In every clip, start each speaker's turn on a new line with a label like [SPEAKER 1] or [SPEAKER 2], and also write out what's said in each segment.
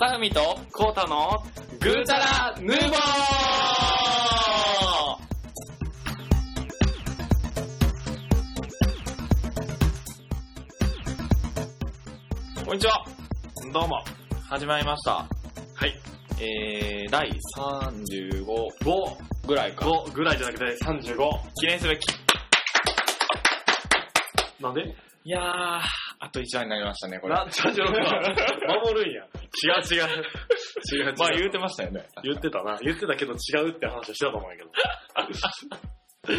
[SPEAKER 1] さふみとコータのぐーたらヌーボーこんにちは
[SPEAKER 2] どうも、始まりました。
[SPEAKER 1] はい。
[SPEAKER 2] えー、第35ぐらいか。
[SPEAKER 1] 5ぐらいじゃなくて35。
[SPEAKER 2] 記念すべき。
[SPEAKER 1] なんで
[SPEAKER 2] いやー、あと1話になりましたね、これ。
[SPEAKER 1] な、ちょ ちょ、守るんや。違う違う。違う違う。
[SPEAKER 2] まあ言うてましたよね。
[SPEAKER 1] 言ってたな。言ってたけど違うって話をしてたと思うんやけど。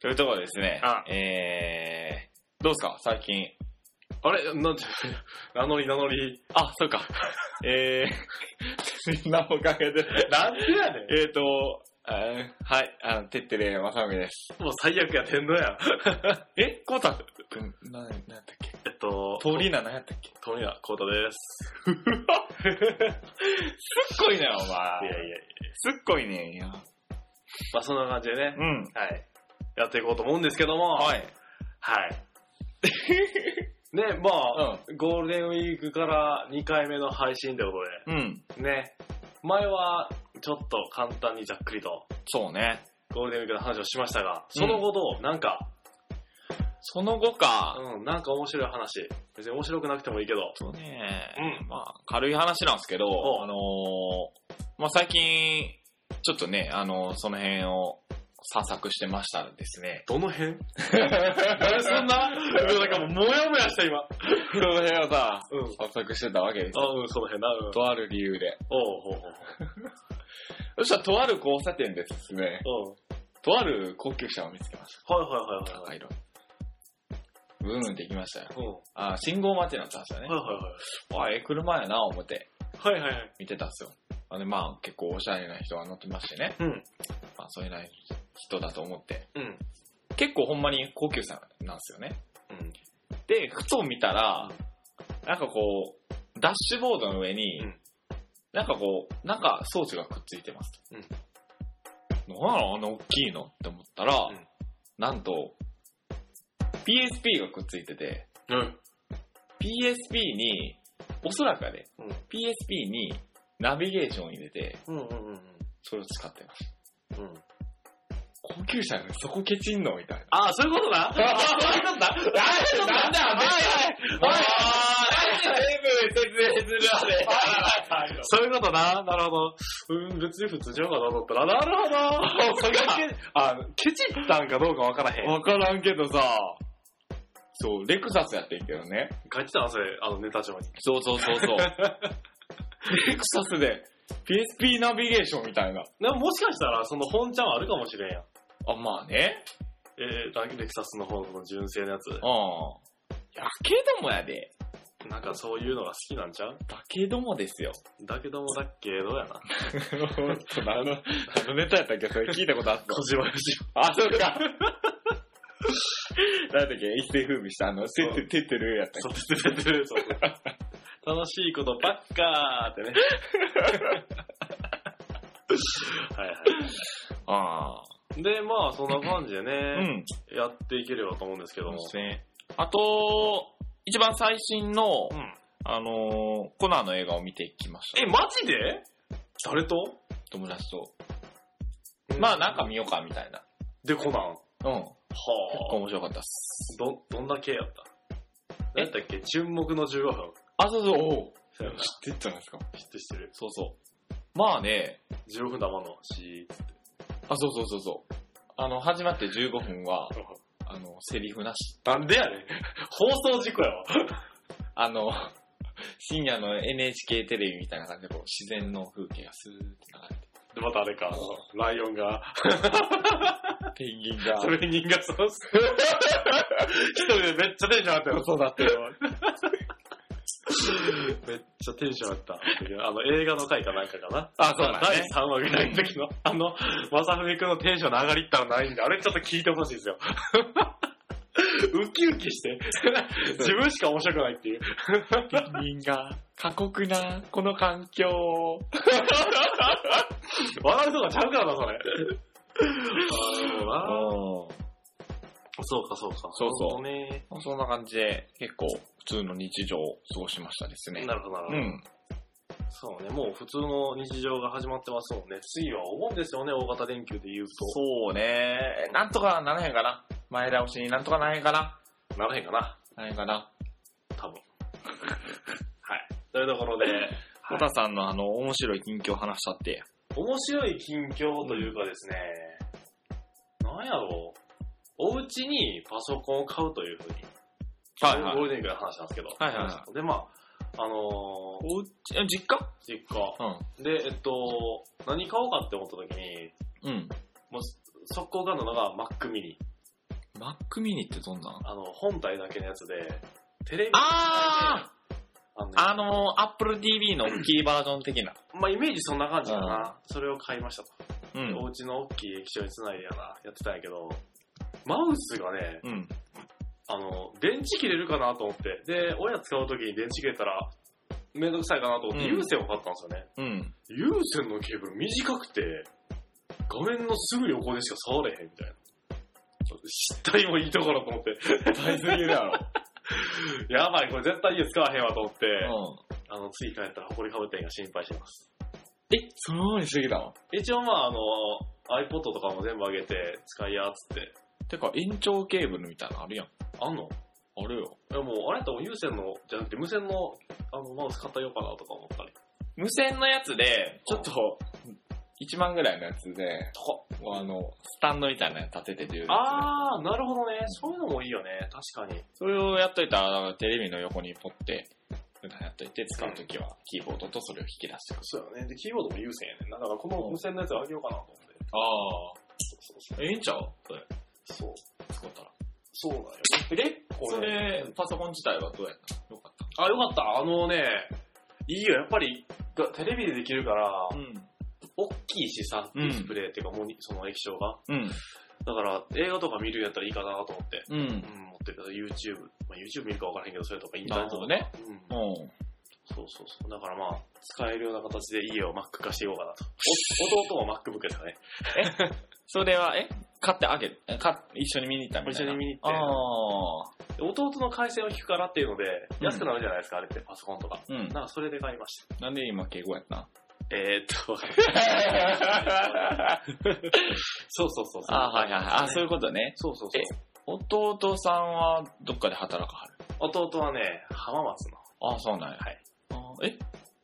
[SPEAKER 2] というところですね
[SPEAKER 1] あ。
[SPEAKER 2] えー、どうですか、最近。
[SPEAKER 1] あれなんて、名乗り名乗り。
[SPEAKER 2] あ、そう か。えー、 何もかけてない。
[SPEAKER 1] なんでやね
[SPEAKER 2] えーと、あーはい、あの、てってれ、まさみです。
[SPEAKER 1] ん。もう最悪や、天皇や。
[SPEAKER 2] え、こうたうん、な、なんやったっけ
[SPEAKER 1] えっと、
[SPEAKER 2] 通りな、なんやったっ け
[SPEAKER 1] 富永幸太です。
[SPEAKER 2] すっごいな、お前。
[SPEAKER 1] いやいやいや。
[SPEAKER 2] すっごいねんや。
[SPEAKER 1] まあそんな感じでね
[SPEAKER 2] う、ん。
[SPEAKER 1] はい。やっていこうと思うんですけども、。
[SPEAKER 2] はいい。
[SPEAKER 1] はい。ね、まあ、ゴールデンウィークから2回目の配信というこ
[SPEAKER 2] うん。
[SPEAKER 1] とで、ね、前はちょっと簡単にざっくりと
[SPEAKER 2] そうね。
[SPEAKER 1] ゴールデンウィークの話をしましたが、その後どうなんか、
[SPEAKER 2] その後か。
[SPEAKER 1] うん、なんか面白い話。別に面白くなくてもいいけど、
[SPEAKER 2] そうね。
[SPEAKER 1] うん
[SPEAKER 2] まあ、軽い話なんですけど、
[SPEAKER 1] お
[SPEAKER 2] あのーまあ最近、ちょっとね、あのーその辺を散策してましたらですね。
[SPEAKER 1] どの辺えそんななんかもうもやもやした今。
[SPEAKER 2] その辺をさ、
[SPEAKER 1] うん。
[SPEAKER 2] 散策してたわけですよ。
[SPEAKER 1] あ、うん、その辺な。うん。
[SPEAKER 2] とある理由で。
[SPEAKER 1] おうほうほう
[SPEAKER 2] そしたら、とある交差点でですね、
[SPEAKER 1] ほう。
[SPEAKER 2] とある高級車を見つけまし
[SPEAKER 1] うん。はいはい
[SPEAKER 2] た。
[SPEAKER 1] はいは
[SPEAKER 2] 赤
[SPEAKER 1] い。
[SPEAKER 2] 色。ブーンって行きましたよ。
[SPEAKER 1] うん。
[SPEAKER 2] あー、信号待ちになってましたね。
[SPEAKER 1] はいはいはい。
[SPEAKER 2] あ、ええ車やな、思って。
[SPEAKER 1] はいはいはい。
[SPEAKER 2] 見てたんですよ。あのまあ結構おしゃれな人が乗ってましてね。
[SPEAKER 1] うん。
[SPEAKER 2] まあそういうな人だと思って。
[SPEAKER 1] うん。
[SPEAKER 2] 結構ほんまに高級車なんですよね。
[SPEAKER 1] うん。
[SPEAKER 2] で、ふと見たら、なんかこう、ダッシュボードの上に、
[SPEAKER 1] うん
[SPEAKER 2] なんかこう、なんか装置がくっついてますと。
[SPEAKER 1] うん
[SPEAKER 2] なんやろあの大きいのって思ったら、
[SPEAKER 1] うん
[SPEAKER 2] なんと、PSP がくっついてて、
[SPEAKER 1] うん。
[SPEAKER 2] PSP に、おそらくやで、
[SPEAKER 1] うん
[SPEAKER 2] PSP にナビゲーションを入れて、
[SPEAKER 1] うんうんうん
[SPEAKER 2] それを使ってます
[SPEAKER 1] うん。うん。
[SPEAKER 2] 高級車がそこケチんのみたいな。
[SPEAKER 1] あ、 そういうことなそういうことなあそういうこと
[SPEAKER 2] なんだ
[SPEAKER 1] おいおい
[SPEAKER 2] 全部説明するわね。
[SPEAKER 1] そういうことな。なるほど。うん、別に普通じゃんかなと思ったら、なるほど。それが け、あ、ケチったんかどうかわからへん。
[SPEAKER 2] わからんけどさ、そう、レクサスやってんけどね。
[SPEAKER 1] 書いてたな、それ、あのネタ帳に。
[SPEAKER 2] そうそうそうそう。レクサスで PSP ナビゲーションみたいな。
[SPEAKER 1] でももしかしたら、その本ちゃんはあるかもしれんやん。
[SPEAKER 2] あ、まあね。
[SPEAKER 1] えー、レクサスの方の純正のやつ
[SPEAKER 2] う。ん。やけどもやで。
[SPEAKER 1] なんかそういうのが好きなんちゃう
[SPEAKER 2] だけどもです よ。
[SPEAKER 1] だけどもだっけどやな。
[SPEAKER 2] ほんとあの、あのネタやったっけそれ聞いたことあった。
[SPEAKER 1] 小島よし
[SPEAKER 2] あ、そうか。なんだっけ一世風靡したあの、てって、てってるやったっけ
[SPEAKER 1] そう、出てる、そう。楽しいことばっかー ってね。はいは
[SPEAKER 2] ああ。
[SPEAKER 1] い。で、まあ、そんな感じで
[SPEAKER 2] う
[SPEAKER 1] ね、
[SPEAKER 2] ん。
[SPEAKER 1] やっていければと思うんですけども。
[SPEAKER 2] ね。あと、一番最新の、
[SPEAKER 1] うん。
[SPEAKER 2] あのーコナンの映画を見てきました。
[SPEAKER 1] え、マジで誰と
[SPEAKER 2] 友達と。まあ、なんか、見ようか、みたいな。
[SPEAKER 1] で、コナン。は
[SPEAKER 2] うん。結構
[SPEAKER 1] あ。
[SPEAKER 2] 面白かったっす。
[SPEAKER 1] ど、どんだけやった
[SPEAKER 2] え
[SPEAKER 1] 何だっけ注目の15分。
[SPEAKER 2] あ、そうそう。おう
[SPEAKER 1] そうやな。
[SPEAKER 2] 知ってたんですか
[SPEAKER 1] 知って知ってる。
[SPEAKER 2] そうそう。まあね、
[SPEAKER 1] 15分黙んの。し
[SPEAKER 2] あ、そうそうそうそう。あの、始まって15分は、
[SPEAKER 1] ー
[SPEAKER 2] あの、セリフなし。
[SPEAKER 1] なん でやねん。放送事故やわ。
[SPEAKER 2] あの、深夜の NHK テレビみたいな感じで、こう、自然の風景がスーッて流
[SPEAKER 1] で、またあれか、ライオンが、
[SPEAKER 2] れて、ペンギンが
[SPEAKER 1] トレーニングがそうっす。 一人でめっちゃテンション上がったよ。
[SPEAKER 2] そうだってよ。
[SPEAKER 1] めっちゃテンション上がった。あの、映画の回かなんかかな。
[SPEAKER 2] あ、そうだ
[SPEAKER 1] 第
[SPEAKER 2] ね。
[SPEAKER 1] 3話ぐらいの 時の、あの、まさふみくんのテンションの上がりったらないんで、あれちょっと聞いてほしいですよ。 ウキウキ して、自分しか面白くないっていう。
[SPEAKER 2] ペンギンが過酷なこの環境を
[SPEAKER 1] 笑うとかちゃうからな、そ れ。あのなそうか、そうか。
[SPEAKER 2] そうそう
[SPEAKER 1] ほんとね。
[SPEAKER 2] そんな感じで結構普通の日常を過ごしましたですね。
[SPEAKER 1] なるほど、なるほ
[SPEAKER 2] う
[SPEAKER 1] ど。
[SPEAKER 2] ん。
[SPEAKER 1] そうね、もう普通の日常が始まってますもんね。次はお盆ですよね、大型連休で言うと。
[SPEAKER 2] そうね。なんとかならへんかな。前倒しになんとかならへんかな。
[SPEAKER 1] ならへんかな、
[SPEAKER 2] ならへんかな。
[SPEAKER 1] 多分。はい。というところで、
[SPEAKER 2] ホタさんのあの、面白い近況話したって。
[SPEAKER 1] 面白い近況というかですね、なんやろう、お家にパソコンを買うというふうに、
[SPEAKER 2] はいはい
[SPEAKER 1] ゴールデンウィークの話なんですけど、
[SPEAKER 2] はいはいは
[SPEAKER 1] で、まあ、あのー
[SPEAKER 2] おうち、え実家
[SPEAKER 1] 実家。
[SPEAKER 2] うん。
[SPEAKER 1] で、えっと、何買おうかって思った時に、
[SPEAKER 2] うん。
[SPEAKER 1] もう、速攻買うのが Mac mini。
[SPEAKER 2] Mac mini ってどんなん
[SPEAKER 1] あの、本体だけのやつで、テレビ、
[SPEAKER 2] あ
[SPEAKER 1] あのね
[SPEAKER 2] あのー、Apple TV の大きいバージョン的な。
[SPEAKER 1] まあ、イメージそんな感じかな。それを買いましたと。
[SPEAKER 2] う
[SPEAKER 1] でお
[SPEAKER 2] ん。
[SPEAKER 1] 家の大きい液晶につないでやな、やってたんやけど、マウスがね、
[SPEAKER 2] うん。
[SPEAKER 1] あの、電池切れるかなと思って、で、親使うときに電池切れたら、めんどくさいかなと思って、
[SPEAKER 2] うん
[SPEAKER 1] 有線を買ったんですよね。
[SPEAKER 2] うん。
[SPEAKER 1] 有線のケーブル短くて、画面のすぐ横でしか触れへんみたいな。失態もいいところと思って、
[SPEAKER 2] 大すぎるやろ。
[SPEAKER 1] やばい、これ絶対家使わへんわと思っ て、
[SPEAKER 2] うん。
[SPEAKER 1] あの、次帰ったら埃かぶってんが心配してます。
[SPEAKER 2] え、そのままにしてきたの
[SPEAKER 1] 一応まああの、iPod とかも全部上げて、使いやっつって。
[SPEAKER 2] てか、延長ケーブルみたいなのあるやん。
[SPEAKER 1] あんの
[SPEAKER 2] あるよ。
[SPEAKER 1] でも、あれやったら有線の、じゃなくて無線の、あの、マウス買ったようかなとか思ったり。
[SPEAKER 2] 無線のやつで、ちょっと、1万ぐらいのやつで、
[SPEAKER 1] 高っ
[SPEAKER 2] もうあの、スタンドみたいなの立ててて、
[SPEAKER 1] あー、なるほどね。そういうのもいいよね。確かに。
[SPEAKER 2] それをやっといたら、だからテレビの横にポって、普段やっといて、使うときはキーボードとそれを引き出してくる。
[SPEAKER 1] そうだね。で、キーボードも有線やねんな。だからこの無線のやつあげようかなと思って。
[SPEAKER 2] あ
[SPEAKER 1] そうそう
[SPEAKER 2] あ、ええんちゃうそれ、
[SPEAKER 1] そう。
[SPEAKER 2] 使ったら。
[SPEAKER 1] そうだよ。
[SPEAKER 2] え
[SPEAKER 1] これ
[SPEAKER 2] それ、パソコン自体はどうやったのよかっ
[SPEAKER 1] あ、よかった。あのね、いいよ。やっぱり、がテレビでできるから
[SPEAKER 2] た。、ん。
[SPEAKER 1] 大きいしさ、
[SPEAKER 2] う
[SPEAKER 1] デ
[SPEAKER 2] ん
[SPEAKER 1] ィスプレイっていうか、もうその液晶が。
[SPEAKER 2] うん。
[SPEAKER 1] だから、映画とか見るやったらいいかなと思って。
[SPEAKER 2] う。
[SPEAKER 1] うんん、持ってるけど、YouTube。まあ、YouTube 見るか分からへんけど、それとかインター
[SPEAKER 2] なる
[SPEAKER 1] ネット
[SPEAKER 2] ほど
[SPEAKER 1] とか。
[SPEAKER 2] ね。
[SPEAKER 1] うん。
[SPEAKER 2] うん。
[SPEAKER 1] そうそうそう。だからまあ、使えるような形で家を Mac 化していこうかなと。お弟も MacBook ですかね。
[SPEAKER 2] それは、え買ってあげ、え買っ一緒に見に行ったみたいな。
[SPEAKER 1] 一緒に見に行って
[SPEAKER 2] ああ。
[SPEAKER 1] で弟の回線を引くからっていうので、
[SPEAKER 2] うん
[SPEAKER 1] 安くなるじゃないですか、あれってパソコンとか。
[SPEAKER 2] うん。
[SPEAKER 1] なんかそれで買いました。
[SPEAKER 2] なんで今敬語や ったん
[SPEAKER 1] えー、っ と、そうそうそうそう。
[SPEAKER 2] あはいはいはい。あそういうことね。
[SPEAKER 1] そうそうそう。
[SPEAKER 2] 弟さんはどっかで働かはる
[SPEAKER 1] 弟はね、浜松の。
[SPEAKER 2] あそうなんや。
[SPEAKER 1] はい
[SPEAKER 2] あーえ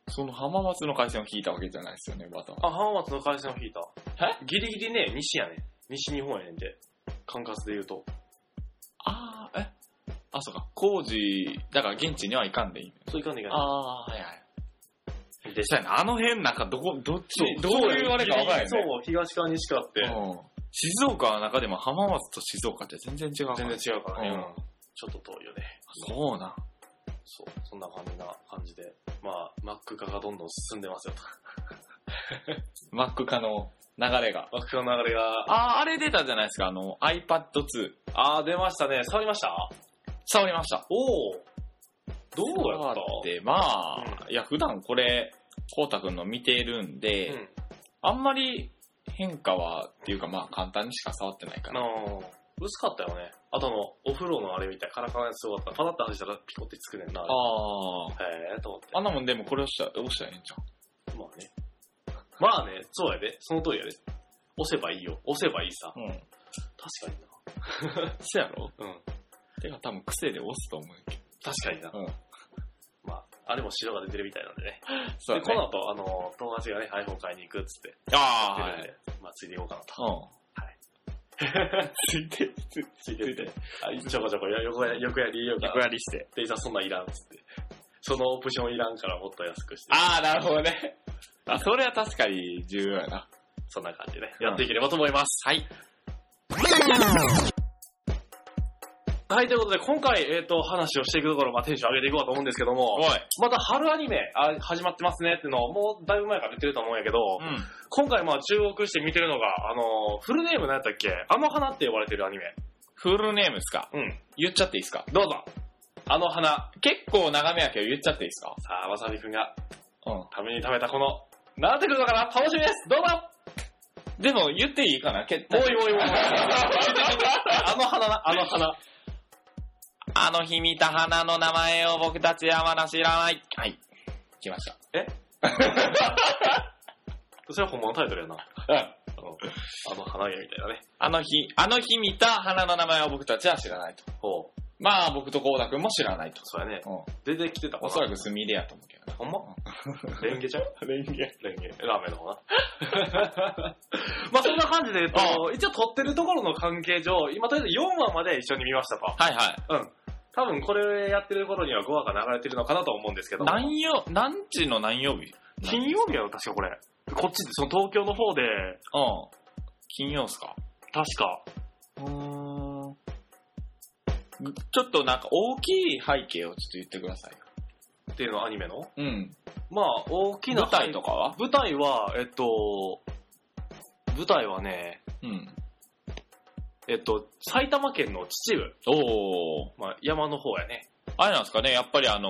[SPEAKER 2] その浜松の回線を引いたわけじゃないですよね、バタは。
[SPEAKER 1] あ、浜松の回線を引いた。
[SPEAKER 2] え
[SPEAKER 1] ギリギリね、西やね。西日本やねんで。管轄で言うと。
[SPEAKER 2] あー、えあ、そうか。工事、だから現地には行かんでいい。
[SPEAKER 1] そういかんねいかんね
[SPEAKER 2] あー、はいはい。
[SPEAKER 1] で
[SPEAKER 2] そうやな、あの辺なんかどこ、どっち、どういうあれかわからへん
[SPEAKER 1] そ
[SPEAKER 2] ね。
[SPEAKER 1] う、東か西かって。
[SPEAKER 2] うん静岡の中でも浜松と静岡って全然違うから。
[SPEAKER 1] 全然違うからね。
[SPEAKER 2] う
[SPEAKER 1] うんんちょっと遠いよね。
[SPEAKER 2] そうなん。
[SPEAKER 1] そう、そんな感じな感じで。まあ、Mac 化がどんどん進んでますよと。
[SPEAKER 2] マック化の流れが。
[SPEAKER 1] Mac 化の流れが。
[SPEAKER 2] あー、あれ出たじゃないですか、あの iPad2。
[SPEAKER 1] あー、出ましたね。触りました
[SPEAKER 2] 触りました。
[SPEAKER 1] おお。どうやっ
[SPEAKER 2] で、まあ、いや、普段これ、こうたくんの見てるんで、
[SPEAKER 1] たうん。
[SPEAKER 2] あんまり変化は、っていうかまあ、簡単にしか触ってないか
[SPEAKER 1] あ
[SPEAKER 2] ら。
[SPEAKER 1] のー薄かったよね。あとあの、お風呂のあれみたい。カラカラにすごかった。パタッて外したらピコってつくねんな。あ
[SPEAKER 2] あー。
[SPEAKER 1] れへえと思って。
[SPEAKER 2] あんなもんでもこれ押したら、押したらええんちゃ
[SPEAKER 1] まあね。まあね、そうやで。その通りやで。押せばいいよ。押せばいいさ。
[SPEAKER 2] ううん。
[SPEAKER 1] 確かにな。
[SPEAKER 2] そやろ
[SPEAKER 1] うん。
[SPEAKER 2] てか多分癖で押すと思うけど。
[SPEAKER 1] 確かにな。
[SPEAKER 2] うん
[SPEAKER 1] まあ、あれも白が出てるみたいなんでね。
[SPEAKER 2] そうや
[SPEAKER 1] で、こ
[SPEAKER 2] ね。
[SPEAKER 1] の後、あの、友達がね、iPhone 買いに行くっつって。
[SPEAKER 2] あー、
[SPEAKER 1] 出
[SPEAKER 2] は
[SPEAKER 1] てるん
[SPEAKER 2] い。
[SPEAKER 1] で、まあ、ついでいこうかなと。
[SPEAKER 2] はい。ついて、
[SPEAKER 1] ついてて。あちょこちょこ、よ横や、横やりようか
[SPEAKER 2] 横
[SPEAKER 1] な。
[SPEAKER 2] やりして。
[SPEAKER 1] で、いざそんなんいらんっつって。そのオプションいらんからもっと安くして。
[SPEAKER 2] あー、なるほどね。 あ、それは確かに重要やな。
[SPEAKER 1] そんな感じでね、
[SPEAKER 2] うん
[SPEAKER 1] やっていければと思います。
[SPEAKER 2] はい。
[SPEAKER 1] はい、ということで、今回、えっ、と、話をしていくところ、まあ、テンション上げていこうかと思うんですけど
[SPEAKER 2] お
[SPEAKER 1] も、
[SPEAKER 2] い。
[SPEAKER 1] また春アニメあ始まってますねっていうのを、もうだいぶ前から出てると思うんやけど、
[SPEAKER 2] うん。
[SPEAKER 1] 今回まあ注目して見てるのが、あのーフルネーム何やったっけあの花って呼ばれてるアニメ。
[SPEAKER 2] フルネームっすか
[SPEAKER 1] うん。
[SPEAKER 2] 言っちゃっていいっすか
[SPEAKER 1] どうぞ。あの花。
[SPEAKER 2] 結構長めやけど言っちゃっていいですか
[SPEAKER 1] さあ、わさびくんが
[SPEAKER 2] う
[SPEAKER 1] ために食べたこの、なんてくるのかな楽しみですどう
[SPEAKER 2] ん。
[SPEAKER 1] ぞ
[SPEAKER 2] でも言っていいかな結
[SPEAKER 1] おいおいおいおい。あの花な、あの花。
[SPEAKER 2] あの日見た花の名前を僕たちはまだ知らない。はい。来ました。
[SPEAKER 1] えそれは本物のタイトルやな。
[SPEAKER 2] うん
[SPEAKER 1] あの花毛みたいなね。
[SPEAKER 2] あの日、あの日見た花の名前は僕たちは知らないと。
[SPEAKER 1] ほう。
[SPEAKER 2] まあ僕と幸田くんも知らないと。
[SPEAKER 1] そうやね。
[SPEAKER 2] うん。
[SPEAKER 1] 出てきてたか
[SPEAKER 2] お
[SPEAKER 1] な
[SPEAKER 2] そらくスミレやと思うけどね。
[SPEAKER 1] ほんまレンゲじゃん
[SPEAKER 2] レンゲ。
[SPEAKER 1] レンゲ。ラーメンの方な。まあそんな感じで、えっと、一応撮ってるところの関係上、今とりあえず4話まで一緒に見ましたと。
[SPEAKER 2] はいはい。
[SPEAKER 1] うん。多分これやってる頃には5話が流れてるのかなと思うんですけど。
[SPEAKER 2] 何曜、何時の何曜日
[SPEAKER 1] 金曜日やろ、確かこれ。こっちで、その東京の方で、
[SPEAKER 2] うん。金曜っすか
[SPEAKER 1] 確か。
[SPEAKER 2] うーん。ちょっとなんか大きい背景をちょっと言ってくださいよ。
[SPEAKER 1] っていうのはアニメの
[SPEAKER 2] うん。
[SPEAKER 1] まあ、大きな
[SPEAKER 2] 舞台とかは
[SPEAKER 1] 舞台は、えっと、舞台はね、
[SPEAKER 2] うん。
[SPEAKER 1] えっと、埼玉県の秩父。
[SPEAKER 2] おー。
[SPEAKER 1] まあ、山の方やね。
[SPEAKER 2] あれなんですかね、やっぱりあのー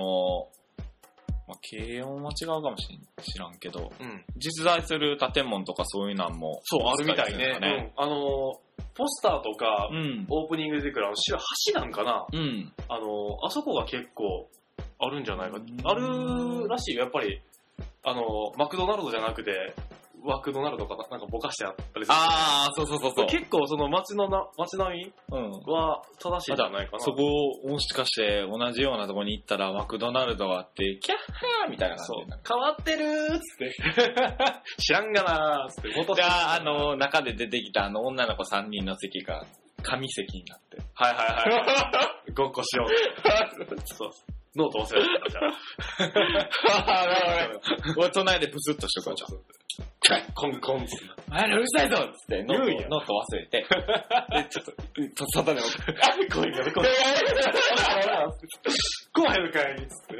[SPEAKER 2] まあ、軽音は違うかもしれん、知らんけど、
[SPEAKER 1] うん。
[SPEAKER 2] 実在する建物とかそういうのも、
[SPEAKER 1] そう、あるみたい
[SPEAKER 2] 使え
[SPEAKER 1] ね
[SPEAKER 2] て。るんです
[SPEAKER 1] うんあのー、ポスターとか
[SPEAKER 2] か、ね。
[SPEAKER 1] オープニングで出てくる、あの、白橋なんかな
[SPEAKER 2] うん。うん。
[SPEAKER 1] あのー、あそこが結構あるんじゃないか
[SPEAKER 2] うん。
[SPEAKER 1] あるらしいよ、やっぱり。あのー、マクドナルドじゃなくて、ワクドナルドかななんかぼかしてあったりする。
[SPEAKER 2] あー、そうそうそうそう。
[SPEAKER 1] 結構その街のな、街並
[SPEAKER 2] うん
[SPEAKER 1] み。は正しいんじゃないかな。
[SPEAKER 2] そこをもしかして同じようなとこに行ったらマクドナルドがあって、キャッハーみたいな感
[SPEAKER 1] そう
[SPEAKER 2] じになる。。
[SPEAKER 1] 変わってるーっつって。 知らんがなーっつって。元
[SPEAKER 2] で、あの、中で出てきたあの女の子3人の席が、紙席になって。
[SPEAKER 1] はいはいはい。 ごっこしよう。 そう。ノート忘れてたじゃ
[SPEAKER 2] あ
[SPEAKER 1] あ。
[SPEAKER 2] 俺隣でブスッとしとく
[SPEAKER 1] そう
[SPEAKER 2] わ、ちょっ
[SPEAKER 1] そうコンコンっつって
[SPEAKER 2] と。あれうるさいぞっつって、ノ
[SPEAKER 1] 言うん
[SPEAKER 2] ー
[SPEAKER 1] や
[SPEAKER 2] ト、ノート忘れて。で、ちょっと、と、外でも、
[SPEAKER 1] 声が声怖いのかいっつって。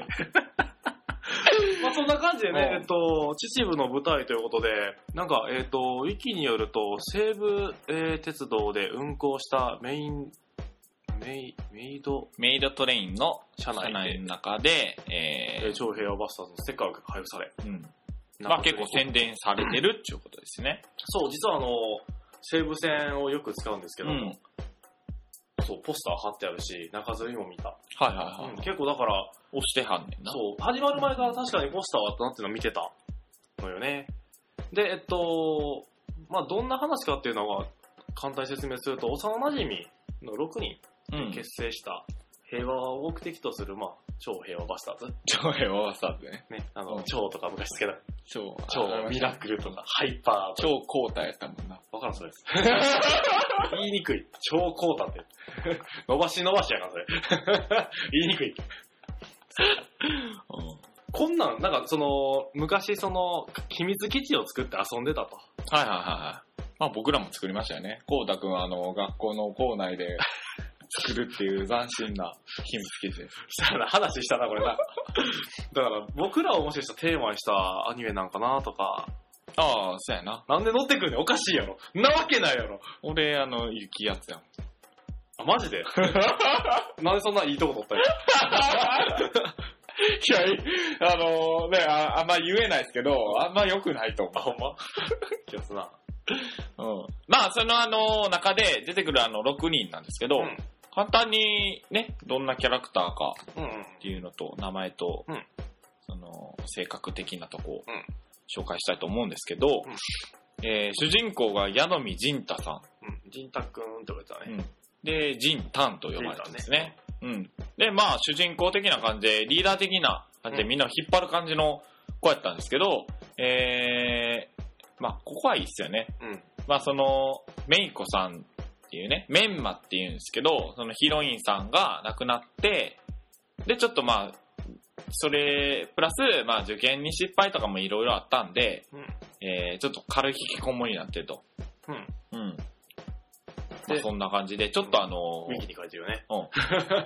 [SPEAKER 1] まあそんな感じでね、
[SPEAKER 2] うん
[SPEAKER 1] えっと、秩父の舞台ということで、なんか、えっと、ウィキによると、西武、えー鉄道で運行したメイン、メイ、メイド
[SPEAKER 2] メイドトレインの
[SPEAKER 1] 車内で
[SPEAKER 2] 車内の中で、え
[SPEAKER 1] えー超平和バスターズのステッカーが配布され。
[SPEAKER 2] ーうん。まあ結構宣伝されてるっていうことですね。
[SPEAKER 1] そう、実はあの、西武線をよく使うんですけ
[SPEAKER 2] う
[SPEAKER 1] ど、
[SPEAKER 2] ん。
[SPEAKER 1] そう、ポスター貼ってあるし、中吊りも見た。
[SPEAKER 2] はいはいは
[SPEAKER 1] うん
[SPEAKER 2] い。
[SPEAKER 1] 結構だから、
[SPEAKER 2] 押してはんねんな。
[SPEAKER 1] そう、始まる前から確かにポスターはあったなっていうのを見てたのよね。で、えっと、まあどんな話かっていうのは簡単に説明すると、幼馴染の6人
[SPEAKER 2] う。うん。
[SPEAKER 1] 結成した平和を目的とする、まあ、超平和バスターズ。
[SPEAKER 2] 超平和バスターズね。
[SPEAKER 1] ね、あ
[SPEAKER 2] う
[SPEAKER 1] の、
[SPEAKER 2] ん
[SPEAKER 1] 超とか昔つけた、
[SPEAKER 2] 超、
[SPEAKER 1] 超
[SPEAKER 2] あの
[SPEAKER 1] ミラクルとか、ハイパーとか、
[SPEAKER 2] 超高太やったもんな。
[SPEAKER 1] わからんそれ です。言いにくい。超高端って。 伸ばし伸ばしやな、それ。 言いにくい。
[SPEAKER 2] うん。
[SPEAKER 1] こんなん、なんかその、昔その、秘密基地を作って遊んでたと。
[SPEAKER 2] はいはいはいはい。まあ僕らも作りましたよね。こうたくんはあの、学校の校内 で作るっていう斬新な秘密基地です。
[SPEAKER 1] したら話したな、これな。だ から、僕らをもしかしたらテーマにしたアニメなんかなとか、
[SPEAKER 2] ああ、そうやな。
[SPEAKER 1] なんで乗ってくんねんおかしいやろ。んなわけないやろ。
[SPEAKER 2] 俺、あの、雪やつやもん。
[SPEAKER 1] あ、マジ でなんでそんないいとこ取ったん や
[SPEAKER 2] いや、いあのねあ、あんま言えないですけど、あんま良くないと思う。
[SPEAKER 1] ほんま気がするな。
[SPEAKER 2] うん。まあ、そのあの、中で出てくるあの、6人なんですけど、
[SPEAKER 1] うん
[SPEAKER 2] 簡単にね、どんなキャラクターか
[SPEAKER 1] うんうん。
[SPEAKER 2] っていうのと、名前と、
[SPEAKER 1] うん
[SPEAKER 2] その、性格的なとこを
[SPEAKER 1] うん
[SPEAKER 2] 紹介したいと思うんですけど、えー主人公が矢野見仁太さ
[SPEAKER 1] うん。ジンタくんって言われた
[SPEAKER 2] ん。
[SPEAKER 1] ね。
[SPEAKER 2] で、仁丹と呼ばれてるんですね。うん。で、まあ、主人公的な感じで、リーダー的な感じで、
[SPEAKER 1] うん
[SPEAKER 2] みんなを引っ張る感じの子やったんですけど、えー、まあ、ここはいいっすよね。
[SPEAKER 1] うん。
[SPEAKER 2] まあ、その、メイコさんっていうね、メンマっていうんですけど、そのヒロインさんが亡くなって、で、ちょっとまあ、それ、プラス、まあ、受験に失敗とかもいろいろあったんで、
[SPEAKER 1] うん
[SPEAKER 2] えーちょっと軽い引きこもりになってると。
[SPEAKER 1] うん。
[SPEAKER 2] うん。まあ
[SPEAKER 1] で
[SPEAKER 2] そんな感じで、ちょっとあの
[SPEAKER 1] ウィキに書いてるよね。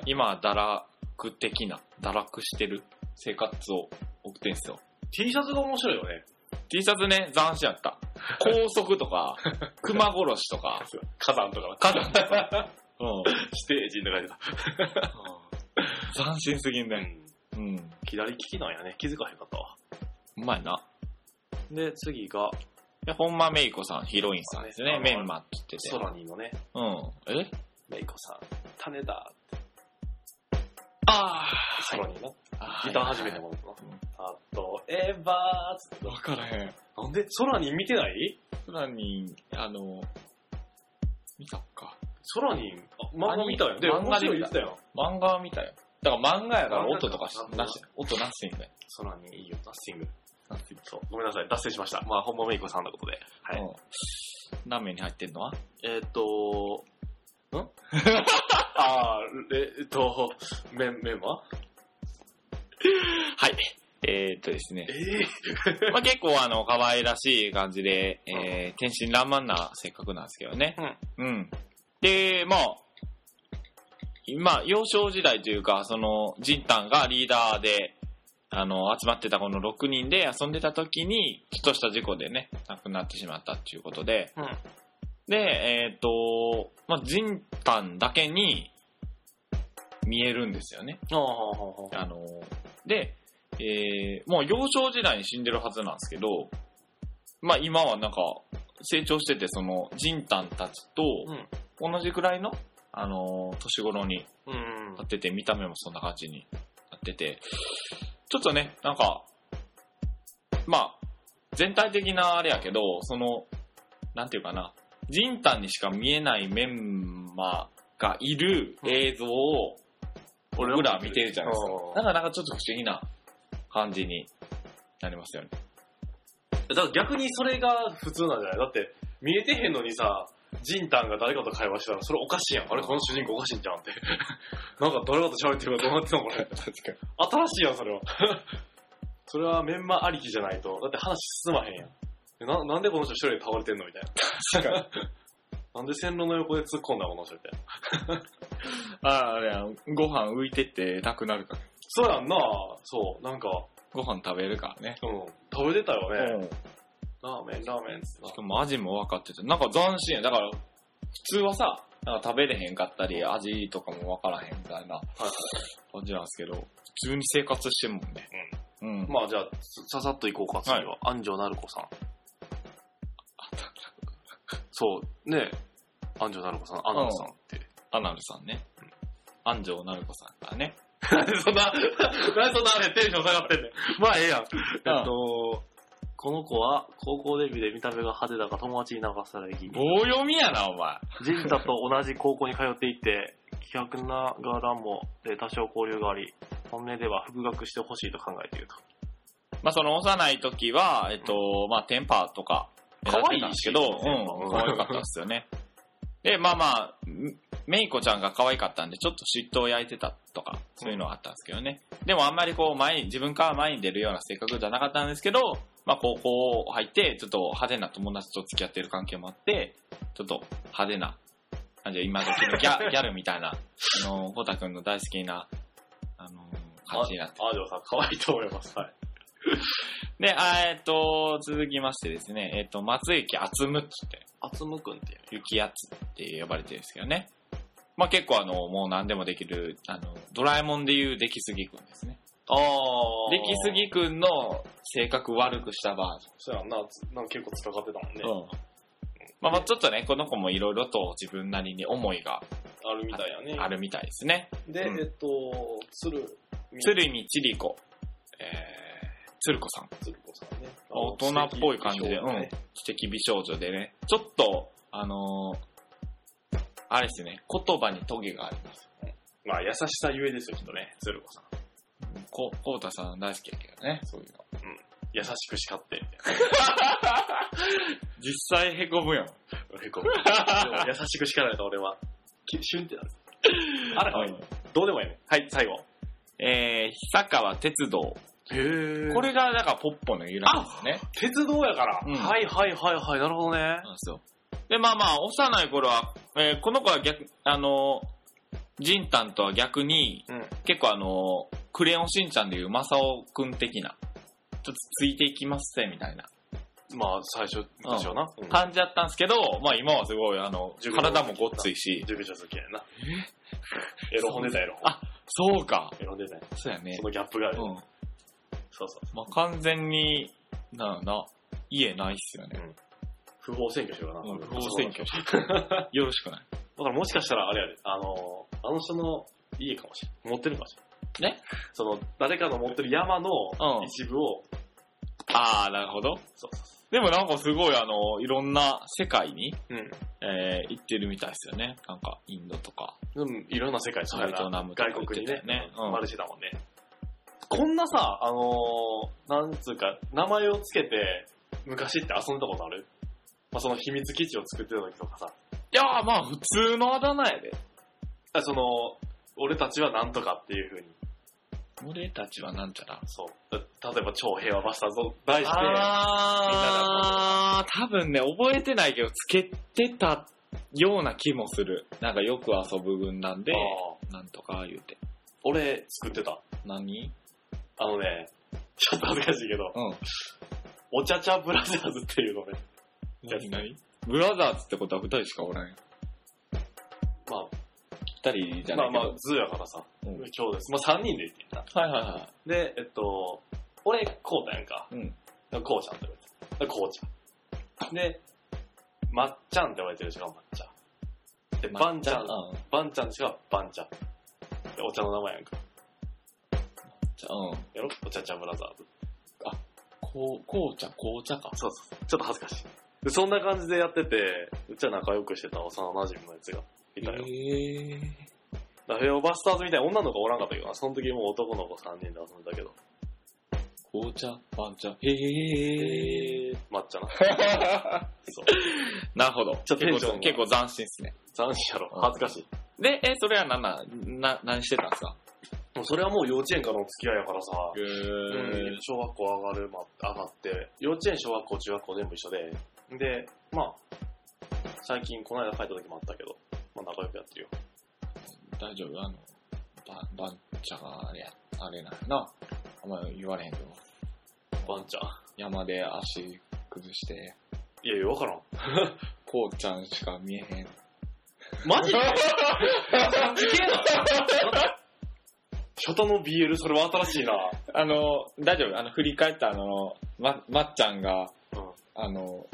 [SPEAKER 2] 今、堕落的な、堕落してる生活を送ってんすよ。
[SPEAKER 1] T シャツが面白いよね。
[SPEAKER 2] T シャツね、斬新やった。高速とか、熊殺しと か、
[SPEAKER 1] 火山とか。
[SPEAKER 2] 火山とか。うん。
[SPEAKER 1] 指定人とかでた。
[SPEAKER 2] 斬新すぎん
[SPEAKER 1] う
[SPEAKER 2] ね。
[SPEAKER 1] ん。
[SPEAKER 2] うん。
[SPEAKER 1] 左利きなんやね。気づかへんかったわ。
[SPEAKER 2] うまいな。
[SPEAKER 1] で、次が、
[SPEAKER 2] で、本間メイコさん、ヒロインさんですね。
[SPEAKER 1] そうです
[SPEAKER 2] メ
[SPEAKER 1] ね
[SPEAKER 2] ンマって言ってて。
[SPEAKER 1] ソラニーのね、
[SPEAKER 2] うん。え
[SPEAKER 1] メイコさん、種だ。
[SPEAKER 2] あ
[SPEAKER 1] ソラニーの。
[SPEAKER 2] あ
[SPEAKER 1] ギター始めてもんな。
[SPEAKER 2] い
[SPEAKER 1] あと、エヴァーつって
[SPEAKER 2] わからへん。
[SPEAKER 1] なんで空に見てない
[SPEAKER 2] 空に、あの、見たか。
[SPEAKER 1] 空に、あ漫画見たよ。で、
[SPEAKER 2] 漫
[SPEAKER 1] 面
[SPEAKER 2] 画で
[SPEAKER 1] 白い
[SPEAKER 2] 見
[SPEAKER 1] 言
[SPEAKER 2] た
[SPEAKER 1] ってたよ。
[SPEAKER 2] 漫画は見たよ。だから漫画やから
[SPEAKER 1] 漫画
[SPEAKER 2] 音とかし
[SPEAKER 1] か
[SPEAKER 2] なし、音なしんだよ。
[SPEAKER 1] 空にいいよ、ダッシング。
[SPEAKER 2] なしん
[SPEAKER 1] そう。ごめんなさい、脱線しました。まあ、本間メイコさんのことで。はい。
[SPEAKER 2] うん。何名に入ってんのは
[SPEAKER 1] えーっ と、んあー、えーっと、メン、メンマ
[SPEAKER 2] はい。えー、っとですね
[SPEAKER 1] え。ー、
[SPEAKER 2] まあ結構あの、可愛らしい感じで、えー、天真爛漫な性格なんですけどね。うん。で、まあ、まあ、幼少時代というか、その、ジンタンがリーダーで、あの、集まってたこの6人で遊んでた時に、ちょっとした事故でね、亡くなってしまったっていうことで、
[SPEAKER 1] うん
[SPEAKER 2] で、えっ、と、まあ、ジンタンだけに見えるんですよね。
[SPEAKER 1] あーほうほうほう
[SPEAKER 2] あの、で、えーもう幼少時代に死んでるはずなんですけど、まあ今はなんか成長してて、その、ジンタンたちと
[SPEAKER 1] うん、
[SPEAKER 2] 同じくらいの、あの、年頃に
[SPEAKER 1] うん
[SPEAKER 2] な。ってて、見た目もそんな感じになってて、ちょっとね、なんか、まあ、全体的なあれやけど、その、なんていうかな、ジンタンにしか見えないメンマがいる映像を、僕らは見てるじゃないですか。
[SPEAKER 1] あー
[SPEAKER 2] なかなかちょっと不思議な感じになります よね。
[SPEAKER 1] だから逆にそれが普通なんじゃないだって、見えてへんのにさ、ジンタンが誰かと会話したら、それおかしいやん。あれ、この主人公おかしいんじゃうんって。 なんか誰かと喋ってるかどうなってんのこれ。
[SPEAKER 2] 確かに。
[SPEAKER 1] 新しいやん、それは。 それはメンマありきじゃないと。だって話進まへんやん。えななんでこの人一人で倒れてんのみたいな。
[SPEAKER 2] 確かに。
[SPEAKER 1] なんで線路の横で突っ込んだこの人みたいな。
[SPEAKER 2] あ あ、あれや、ご飯浮いてってなくなるから。
[SPEAKER 1] そうやんなそう、なんか、
[SPEAKER 2] ご飯食べるからね。
[SPEAKER 1] うん、食べてたよね。
[SPEAKER 2] うん
[SPEAKER 1] ラーメン、ラーメンっつ
[SPEAKER 2] しかも味も分かってて、なんか斬新や。だから、普通はさ、なんか食べれへんかったり、味とかも分からへんみたいな
[SPEAKER 1] はい
[SPEAKER 2] 感じなんですけど、普通に生活してるもんね。うん。うん。
[SPEAKER 1] まあじゃあ、ささっといこうか、次は。安城なる子さん。そう、ね安城なる子さん、安野さんって。
[SPEAKER 2] アナルさんね。安城なるこさんからね。
[SPEAKER 1] なんでそんな、なんでそんなあれテンション下がってんねん。まあええやん。えっと、この子は高校デビューで見た目が派手だが友達に流され気味。
[SPEAKER 2] 棒読みやな、お前。
[SPEAKER 1] ジンタと同じ高校に通っていて、気迫ながらもえー多少交流があり、本音では復学してほしいと考えていると。
[SPEAKER 2] まあ、その幼い時は、えっと、まあ、テンパーとか、目立ってたんですけど、
[SPEAKER 1] 可愛いし
[SPEAKER 2] うん、可愛かったですよね。で、まあまあ、メイコちゃんが可愛かったんで、ちょっと嫉妬を焼いてたとか、そういうのはあったんですけどね。でもあんまりこう、前に、自分から前に出るような性格じゃなかったんですけど、まあ、高校入って、ちょっと派手な友達と付き合ってる関係もあって、ちょっと派手な、あじゃあ今時のギ ャギャルみたいな、あの、ゴタ君の大好きな、あの、感じになって
[SPEAKER 1] あ、でもさん、可愛いと思います。はい。
[SPEAKER 2] で、あーえっと、続きましてですね、えっと、松雪厚むっつって、
[SPEAKER 1] あつむくんっていう。
[SPEAKER 2] 雪厚って呼ばれてるんですけどね。まあ結構あの、もう何でもできる、あの、ドラえもんでいう出来すぎくんですね。
[SPEAKER 1] ああ。
[SPEAKER 2] 出来す。ぎくんの性格悪くしたバージ
[SPEAKER 1] そうやんな、つなんか結構繋がってたもんね。
[SPEAKER 2] ョン。うん。まあまあちょっとね、この子もいろいろと自分なりに思いが
[SPEAKER 1] あるみたいやね。
[SPEAKER 2] あるみたいですね。
[SPEAKER 1] で、
[SPEAKER 2] うん
[SPEAKER 1] えっと、鶴見、
[SPEAKER 2] 鶴見千里子、えー、鶴子さん。
[SPEAKER 1] 鶴子さんね。
[SPEAKER 2] 大人っぽい感じで、
[SPEAKER 1] あ
[SPEAKER 2] う
[SPEAKER 1] の
[SPEAKER 2] ん。知的美少女でね、ちょっと、あのーあれですね、言葉にトゲがあります。
[SPEAKER 1] まあ、優しさゆえですよ、きっとね、鶴子さん。
[SPEAKER 2] ここうたさん大好きやけどね、そういうの。
[SPEAKER 1] 優しく叱って。
[SPEAKER 2] 実際へこむよ。
[SPEAKER 1] へこむでも優しく叱られた俺は、きシュンってなる。あら、かわいい。どうでもいいね。はい、最後。
[SPEAKER 2] えー、久川鉄道。
[SPEAKER 1] へ
[SPEAKER 2] こ
[SPEAKER 1] これ、
[SPEAKER 2] れが、だからポッポの由来ですね。
[SPEAKER 1] 鉄道やから。
[SPEAKER 2] うん
[SPEAKER 1] はいはいはいはい、なるほどね。
[SPEAKER 2] なんですよ。で、まあまあ、幼い頃は、えーこの子は逆、あのー、ジンタンとは逆に、
[SPEAKER 1] うん
[SPEAKER 2] 結構あのークレヨンしんちゃんでいうマサオくん的な、ちょっとついていきますぜ、みたいな。
[SPEAKER 1] まあ、最初、昔はな。うん
[SPEAKER 2] 感じだったんですけど、まあ今はすごい、あの
[SPEAKER 1] 自、分の
[SPEAKER 2] 体もごっついし、
[SPEAKER 1] 準備者好きやな。エロ本出たエロ本。
[SPEAKER 2] あそうか。
[SPEAKER 1] エロ本出たよ
[SPEAKER 2] そうやね
[SPEAKER 1] そ。のギャップがあ
[SPEAKER 2] う
[SPEAKER 1] る。
[SPEAKER 2] ん。
[SPEAKER 1] そうそう。
[SPEAKER 2] まあ完全に、なあな、家ないっすよね。
[SPEAKER 1] 不法占拠しようかな。
[SPEAKER 2] うん不法占拠して よろしくない。
[SPEAKER 1] だからもしかしたらあれやで、あのー、あの人の家かもしれん。持ってるかもしれん。
[SPEAKER 2] ね
[SPEAKER 1] その、誰かの持ってる山の
[SPEAKER 2] うん
[SPEAKER 1] 一部を
[SPEAKER 2] ああ、なるほど。
[SPEAKER 1] そう
[SPEAKER 2] でもなんかすごいあの、いろんな世界に、
[SPEAKER 1] うん。
[SPEAKER 2] えー行ってるみたいですよね。なんか、インドとか。
[SPEAKER 1] うん、いろんな世界そうや
[SPEAKER 2] ベトナ
[SPEAKER 1] な
[SPEAKER 2] ムとか
[SPEAKER 1] 外国に
[SPEAKER 2] 言っ
[SPEAKER 1] ね
[SPEAKER 2] てたよねうん
[SPEAKER 1] マルシェだもんね。こんなさ、あのー、なんつうか、名前をつけて、昔って遊んだことあるまあ、その秘密基地を作ってた時とかさ、
[SPEAKER 2] いやー、まあ、普通のあだ名やで。
[SPEAKER 1] あその、俺たちはなんとかっていう風に、
[SPEAKER 2] 俺たちはなんちゃら。
[SPEAKER 1] そう。例えば、超平和バスターズを題して、
[SPEAKER 2] あー、多分ね、覚えてないけど、つけてたような気もする。なんかよく遊ぶ軍団で
[SPEAKER 1] あー、
[SPEAKER 2] なんとか言うて。
[SPEAKER 1] 俺作ってた。
[SPEAKER 2] 何
[SPEAKER 1] あのね、ちょっと恥ずかしいけど、
[SPEAKER 2] うん。
[SPEAKER 1] おちゃちゃブラザーズっていうのね、
[SPEAKER 2] 何何ブラザーズってことは二人しかおらんよ。
[SPEAKER 1] ま
[SPEAKER 2] 二人じ
[SPEAKER 1] あ、
[SPEAKER 2] ゃ
[SPEAKER 1] ま
[SPEAKER 2] な
[SPEAKER 1] あ
[SPEAKER 2] いけど。
[SPEAKER 1] まあ、ズーやからさ、
[SPEAKER 2] うん
[SPEAKER 1] 今日です。まあ、3人で行ってきた。
[SPEAKER 2] はいはいは
[SPEAKER 1] で、えっと、俺、こうたやんか。
[SPEAKER 2] い。うん。
[SPEAKER 1] こうちゃんって言われてる。こうちゃん。で、まっちゃんって言われてるしかも、まっちゃん。で、ばんちゃん、
[SPEAKER 2] うん。
[SPEAKER 1] ばんちゃんしかばんちゃん。で、お茶の名前やんか。
[SPEAKER 2] じゃあうん。
[SPEAKER 1] やろお茶ちゃんブラザーズ。
[SPEAKER 2] こう、紅茶、紅茶か。
[SPEAKER 1] そうそうそう。ちょっと恥ずかしい。で、そんな感じでやってて、うちは仲良くしてた幼馴染のやつがいたよ。
[SPEAKER 2] えー。
[SPEAKER 1] ラフェオバスターズみたいな女の子おらんかったけどな、その時もう男の子3人で遊んだけど。
[SPEAKER 2] 紅茶、番茶。へ えー。
[SPEAKER 1] 抹茶な。そう。
[SPEAKER 2] なるほど。
[SPEAKER 1] ちょっとテン
[SPEAKER 2] 結
[SPEAKER 1] ショ
[SPEAKER 2] 構、
[SPEAKER 1] ンが
[SPEAKER 2] 結構斬新ですね。
[SPEAKER 1] 斬新やろ。恥ずかしい。
[SPEAKER 2] で、え、それは何な、な、何してたんですか
[SPEAKER 1] もうそれはもう幼稚園からの付き合いやからさ、
[SPEAKER 2] へ
[SPEAKER 1] う
[SPEAKER 2] ー
[SPEAKER 1] ん、小学校上がる、まあ、上がって、幼稚園、小学校、中学校全部一緒で、で、まあ、最近この間帰った時もあったけど、まあ仲良くやってるよ。
[SPEAKER 2] 大丈夫あの、ば、ばんちゃがあれや、あれなんやな。あんま言われへんけど。
[SPEAKER 1] ばんちゃん。
[SPEAKER 2] 山で足崩して、
[SPEAKER 1] いやいや、わからん。
[SPEAKER 2] こうちゃんしか見え へん。
[SPEAKER 1] マジで初多の BL、それは新しいな。
[SPEAKER 2] あの、大丈夫あの、振り返ったあの、ま、まっちゃんが、
[SPEAKER 1] うん
[SPEAKER 2] あの、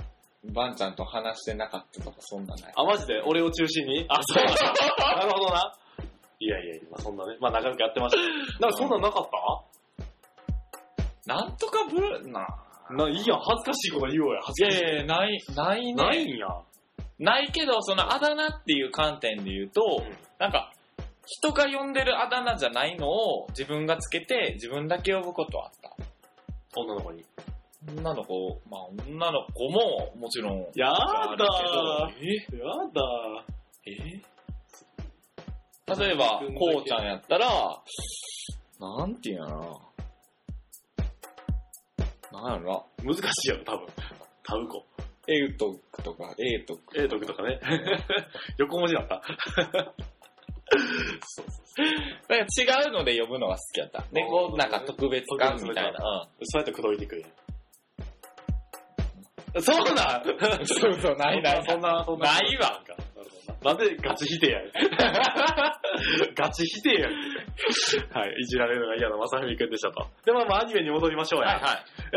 [SPEAKER 2] ばんちゃんと話してなかったとか、そんなない。
[SPEAKER 1] あ、マジで俺を中心にあ、 そうなんだなるほどな。いやいやいや、まあ、そんなね。まあ、仲良くやってま した。なんかそんなんなかった、
[SPEAKER 2] なんとかぶるな。
[SPEAKER 1] ないいやん、恥ずかしいこと言おうや。
[SPEAKER 2] い
[SPEAKER 1] 恥ずかしい。
[SPEAKER 2] やいや、ない、ないね。
[SPEAKER 1] ないんや。
[SPEAKER 2] ないけど、そのあだ名っていう観点で言うと、
[SPEAKER 1] うん
[SPEAKER 2] なんか、人が呼んでるあだ名じゃないのを自分がつけて、自分だけ呼ぶことはあった。
[SPEAKER 1] 女の子に。
[SPEAKER 2] 女の子、まあ女の子ももちろん。
[SPEAKER 1] や
[SPEAKER 2] あるけ
[SPEAKER 1] ーやだ
[SPEAKER 2] どええ例えば、こうちゃんやったら、なんていうんやろな。なんやろ
[SPEAKER 1] ー難しいよ、多分。タウコ。
[SPEAKER 2] な。エウトクとか、エイトク。
[SPEAKER 1] ええ、時とかね。 横文字だった。そうそう
[SPEAKER 2] だから違うので呼ぶのが好きやった。で、こう、なんか特別感みたいな。
[SPEAKER 1] そうやって口説いてくるやん。そうなん
[SPEAKER 2] うん。そうそう、ないないない
[SPEAKER 1] そんな、そんな。
[SPEAKER 2] ないわ
[SPEAKER 1] んか。なんでガチ否定や ねんガチ否定やねんはい、いじられるのが嫌なまさふみくんでしたと。で、まあまあアニメに戻りましょうや。
[SPEAKER 2] はいはい。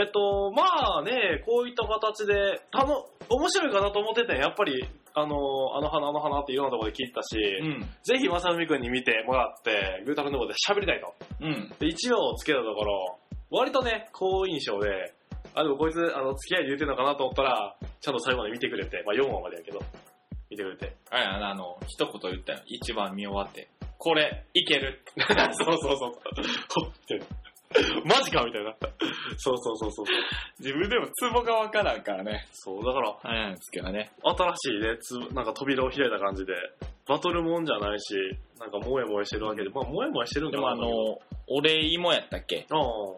[SPEAKER 1] えっと、まあね、こういった形で、たの、面白いかなと思ってて、やっぱり、あの、あの花あの花っていろんなところで聞いたし、
[SPEAKER 2] うん。
[SPEAKER 1] ぜひまさふみくんに見てもらって、グータフのことで喋りたいと。
[SPEAKER 2] うん。
[SPEAKER 1] で、1話をつけたところ、割とね、好印象で、あ、でもこいつ、あの、付き合いで言うてんのかなと思ったら、ちゃんと最後まで見てくれて、まあ4話までやけど、見てくれて。
[SPEAKER 2] あれやな、あの、一言言ったよ。一番見終わって。これ、いける。
[SPEAKER 1] そうそうそう。ほっみたいな。 マジかみたいな。そうそうそうそう。
[SPEAKER 2] 自分でもツボがわからんからね。
[SPEAKER 1] そう、だから、
[SPEAKER 2] 早いんですけどね。
[SPEAKER 1] 新しいね、つなんか扉を開いた感じで、バトルもんじゃないし、なんか萌え萌えしてるわけで、まあ萌え萌えしてるん
[SPEAKER 2] で
[SPEAKER 1] か
[SPEAKER 2] も
[SPEAKER 1] な
[SPEAKER 2] あの、お礼芋やったっけ
[SPEAKER 1] あ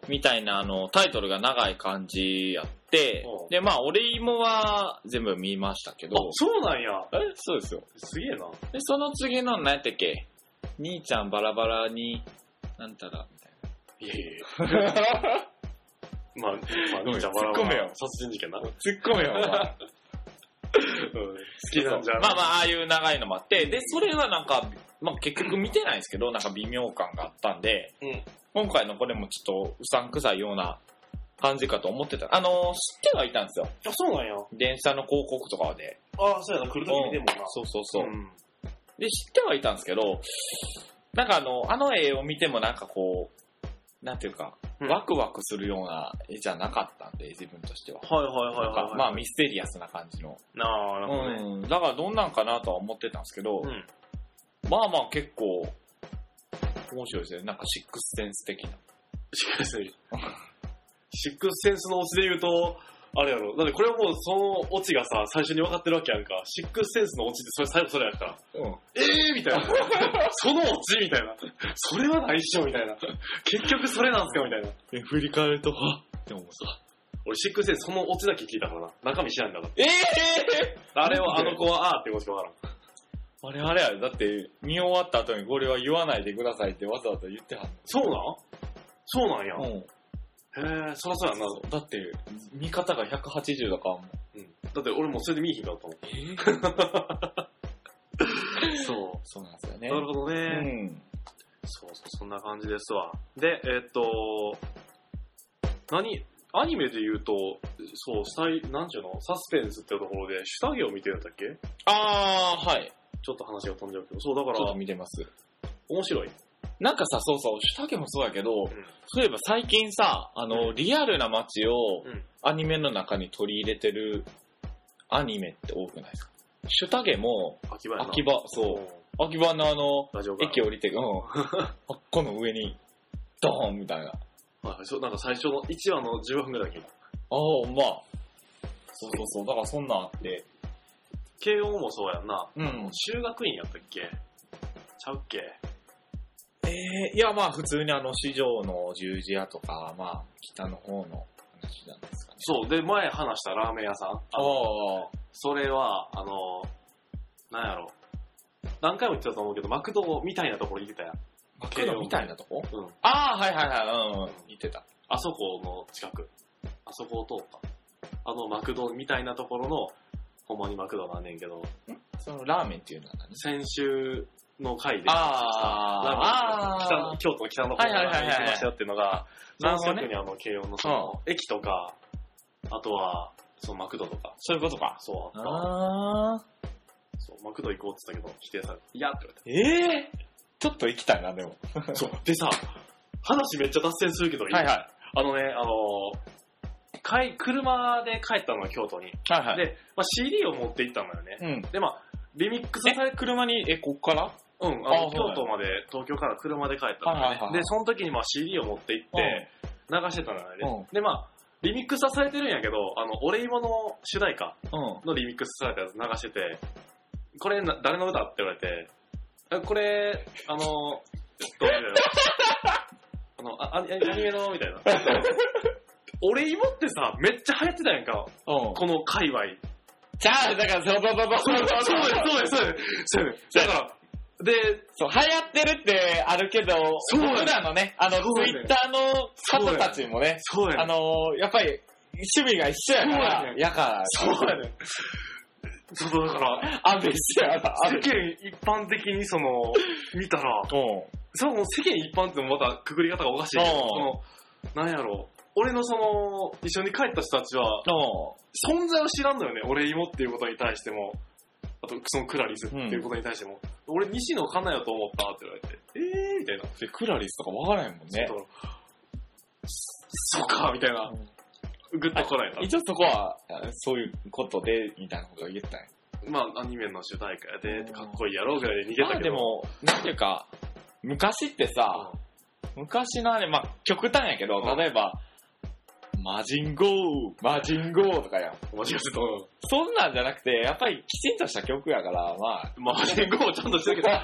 [SPEAKER 2] みたいな、あの、タイトルが長い感じやって
[SPEAKER 1] うん、
[SPEAKER 2] で、まあ、お礼芋は全部見ましたけ
[SPEAKER 1] あ、
[SPEAKER 2] ど、
[SPEAKER 1] そうなんや。
[SPEAKER 2] えそうですよ。
[SPEAKER 1] すげえな。
[SPEAKER 2] で、その次の何やったっけ兄ちゃんバラバラに、なんたら、みたい
[SPEAKER 1] いやい やい
[SPEAKER 2] な。
[SPEAKER 1] や。まあ、まあ、
[SPEAKER 2] ごめん
[SPEAKER 1] じゃあバラ
[SPEAKER 2] 突っ込めよ
[SPEAKER 1] 殺人事件な。好
[SPEAKER 2] 突っ込めよ、お前
[SPEAKER 1] きなんじゃない
[SPEAKER 2] まあまあ、ああいう長いのもあって、で、それはなんか、まあ結局見てないんですけど、なんか微妙感があったんで、
[SPEAKER 1] うん
[SPEAKER 2] 今回のこれもちょっとうさんくさいような感じかと思ってた。あのー、知ってはいたんですよ。
[SPEAKER 1] あ、そうなんや。
[SPEAKER 2] 電車の広告とかで。
[SPEAKER 1] あそうやな、来る時にでもな。
[SPEAKER 2] そうそうそう。
[SPEAKER 1] ん
[SPEAKER 2] で、知ってはいたんですけど、なんかあの、あの絵を見てもなんかこう、なんていうか、
[SPEAKER 1] うん
[SPEAKER 2] ワクワクするような絵じゃなかったんで、自分としては。
[SPEAKER 1] はい
[SPEAKER 2] な
[SPEAKER 1] はいはい
[SPEAKER 2] ん
[SPEAKER 1] はい
[SPEAKER 2] か
[SPEAKER 1] はい。
[SPEAKER 2] まあミステリアスな感じの。
[SPEAKER 1] なあ、なるほどね。
[SPEAKER 2] うん。だからどんなんかなとは思ってたんですけど、
[SPEAKER 1] うん。
[SPEAKER 2] まあまあ結構、面白いですね。なんかシックスセンス的な。
[SPEAKER 1] シックスセンス。シックスセンスのオチで言うと、あれやろ。だってこれはもうそのオチがさ、最初に分かってるわけやんか。シックスセンスのオチってそれ最後それやから。
[SPEAKER 2] うん。
[SPEAKER 1] ええー、みたいな。 そのオチみたいな。それはないっしょみたいな。結局それなんすかみたいな。
[SPEAKER 2] 振り返ると、はっって思った。
[SPEAKER 1] 俺シックスセンスそのオチだけ聞いたからな。中身知らんだか
[SPEAKER 2] ええ
[SPEAKER 1] ら。あれをあの子はあーってことしかわからん。
[SPEAKER 2] あれあれやだって、見終わった後にこれは言わないでくださいってわざわざ言ってはん
[SPEAKER 1] そうなんそうなんや。
[SPEAKER 2] の。うん。
[SPEAKER 1] へえ、そらそうやんな。
[SPEAKER 2] だって、見方が180だからもう。
[SPEAKER 1] うん。だって俺もうそれで見えひんかったもん。
[SPEAKER 2] え
[SPEAKER 1] そう。
[SPEAKER 2] そうなんですよね。
[SPEAKER 1] なるほどね。
[SPEAKER 2] うん。
[SPEAKER 1] そうそう、そんな感じですわ。で、えっと、何、アニメで言うと、そう、スタイ、なんちゅうのサスペンスっていうところで、主作業見てるんだっけ
[SPEAKER 2] あー、はい。
[SPEAKER 1] ちょっと話が飛んじゃうけど、そう、だか
[SPEAKER 2] ちょっ
[SPEAKER 1] ら
[SPEAKER 2] と、見てます。
[SPEAKER 1] 面白い。
[SPEAKER 2] なんかさ、そうそう、下家もそうやけど、
[SPEAKER 1] ん。
[SPEAKER 2] そういえば最近さ、あの、
[SPEAKER 1] うん
[SPEAKER 2] リアルな街を
[SPEAKER 1] うん
[SPEAKER 2] アニメの中に取り入れてるアニメって多くないですかシュタゲも、
[SPEAKER 1] 秋葉やな。
[SPEAKER 2] 秋葉、
[SPEAKER 1] う
[SPEAKER 2] そ
[SPEAKER 1] ん。
[SPEAKER 2] う、秋葉のあの、
[SPEAKER 1] ラジオが。
[SPEAKER 2] 駅降りて、 うん、あっこの上に、ドーンみたいな。あ
[SPEAKER 1] はい、そう、なんか最初の1話の10分ぐらいだけ。
[SPEAKER 2] あ、ほんまあ。そうそうそう、だからそんなんあって。
[SPEAKER 1] 慶応もそうやんな。
[SPEAKER 2] うん。
[SPEAKER 1] 中学院やったっけちゃうっけ
[SPEAKER 2] ええいやまあ普通にあの、市場の十字屋とか、まあ、北の方の話なんですかね。う。
[SPEAKER 1] そう、で、前話したラーメン屋さん。
[SPEAKER 2] あ
[SPEAKER 1] あの
[SPEAKER 2] あ、
[SPEAKER 1] それは、あの、なんやろ。何回も言ってたと思うけど、マクドみたいなところに行ってたやん。
[SPEAKER 2] マクドみたいなとこ
[SPEAKER 1] うん。
[SPEAKER 2] ああ、はいはいはい、うん、言ってた。
[SPEAKER 1] あそこの近く。あそこを通った。あの、マクドみたいなところの、ほんまにマクドなんねんけど、
[SPEAKER 2] そのラーメンっていうのは何
[SPEAKER 1] 先週の回で、
[SPEAKER 2] あー
[SPEAKER 1] ラーメン北の京都の北の方から行きましたよっていうのが、
[SPEAKER 2] なるほど
[SPEAKER 1] 南西
[SPEAKER 2] ね
[SPEAKER 1] 区にあの、慶応のその、駅とか、あとは、そのマクドとか、
[SPEAKER 2] そういうことか。
[SPEAKER 1] そうあった。
[SPEAKER 2] ああ。
[SPEAKER 1] そう、マクド行こうって言ったけど、否定されて、いやって言われて。
[SPEAKER 2] ええちょっと行きたいな、でも。
[SPEAKER 1] そう。でさ、話めっちゃ脱線するけど、
[SPEAKER 2] はいは
[SPEAKER 1] あのね、あのー、かい車で帰ったのは京都に。
[SPEAKER 2] い。はいはい。
[SPEAKER 1] で、まあ、CD を持って行ったのよね。
[SPEAKER 2] うん。
[SPEAKER 1] で、まあ、リミックスされ、
[SPEAKER 2] え、車に、え、こっからは
[SPEAKER 1] うん、あ
[SPEAKER 2] あ
[SPEAKER 1] の、
[SPEAKER 2] そうなんや
[SPEAKER 1] 京都まで、東京から車で帰った
[SPEAKER 2] は
[SPEAKER 1] の
[SPEAKER 2] い
[SPEAKER 1] よ、
[SPEAKER 2] はいはい。
[SPEAKER 1] で、その時にまあ CD を持って行って、流してたのよね。
[SPEAKER 2] う
[SPEAKER 1] で、まあ、リミックスはされてるんやけど、あの、俺芋の主題歌
[SPEAKER 2] うん。うん。
[SPEAKER 1] のリミックスされたやつ流してて、これな誰の歌って言われて、えこれ、あの、どういうのあの、あアニアニメのみたいな。俺芋ってさ、めっちゃ流行ってたやんか、
[SPEAKER 2] うん。
[SPEAKER 1] この界隈。
[SPEAKER 2] じゃあ、だから、そうそう
[SPEAKER 1] そ
[SPEAKER 2] そ
[SPEAKER 1] う
[SPEAKER 2] うそう。
[SPEAKER 1] そうやそうやそうやそうやだから、で、
[SPEAKER 2] そう、流行ってるってあるけど、
[SPEAKER 1] そうやね
[SPEAKER 2] 僕らのね、あの、ツ
[SPEAKER 1] そうやね
[SPEAKER 2] イッターの方たちもね、
[SPEAKER 1] そうや
[SPEAKER 2] あ
[SPEAKER 1] ね
[SPEAKER 2] の、やっぱり、趣味が一緒やか
[SPEAKER 1] そうや
[SPEAKER 2] ら、
[SPEAKER 1] ね
[SPEAKER 2] やから、
[SPEAKER 1] そうやねそうそうだから、
[SPEAKER 2] あ、別やな、あ
[SPEAKER 1] 世
[SPEAKER 2] れ。
[SPEAKER 1] 間一般的にその、見たら、
[SPEAKER 2] うん。
[SPEAKER 1] その世間一般ってもまたくくり方がおかしいけど、
[SPEAKER 2] うん
[SPEAKER 1] その、なんやろう、俺のその、一緒に帰った人たちは、
[SPEAKER 2] うん。
[SPEAKER 1] 存在を知らんのよね、俺芋っていうことに対しても、あと、そのクラリスっていうことに対しても、俺西野カナやと思ったって言われて、えーみたいな。
[SPEAKER 2] で、クラリスとかわからへんもんね
[SPEAKER 1] だ。からそっか、みたいな。ぐっと来られ た。
[SPEAKER 2] 一応そこは、あそういうことで、みたいなことが言ったんや
[SPEAKER 1] まあ、アニメの主題歌やで、ってかっこいいやろうぐらいで逃げた
[SPEAKER 2] ま
[SPEAKER 1] け
[SPEAKER 2] あ
[SPEAKER 1] ど。
[SPEAKER 2] でも、なんていうか、昔ってさ、昔のあれ、まあ極端やけど、
[SPEAKER 1] うん
[SPEAKER 2] 例えば、マジンゴー、マジンゴーとかやん。
[SPEAKER 1] うん、間違えた。うん
[SPEAKER 2] そんなんじゃなくて、やっぱりきちんとした曲やから、まあ、
[SPEAKER 1] まあ、年号もちゃんとしてるけど、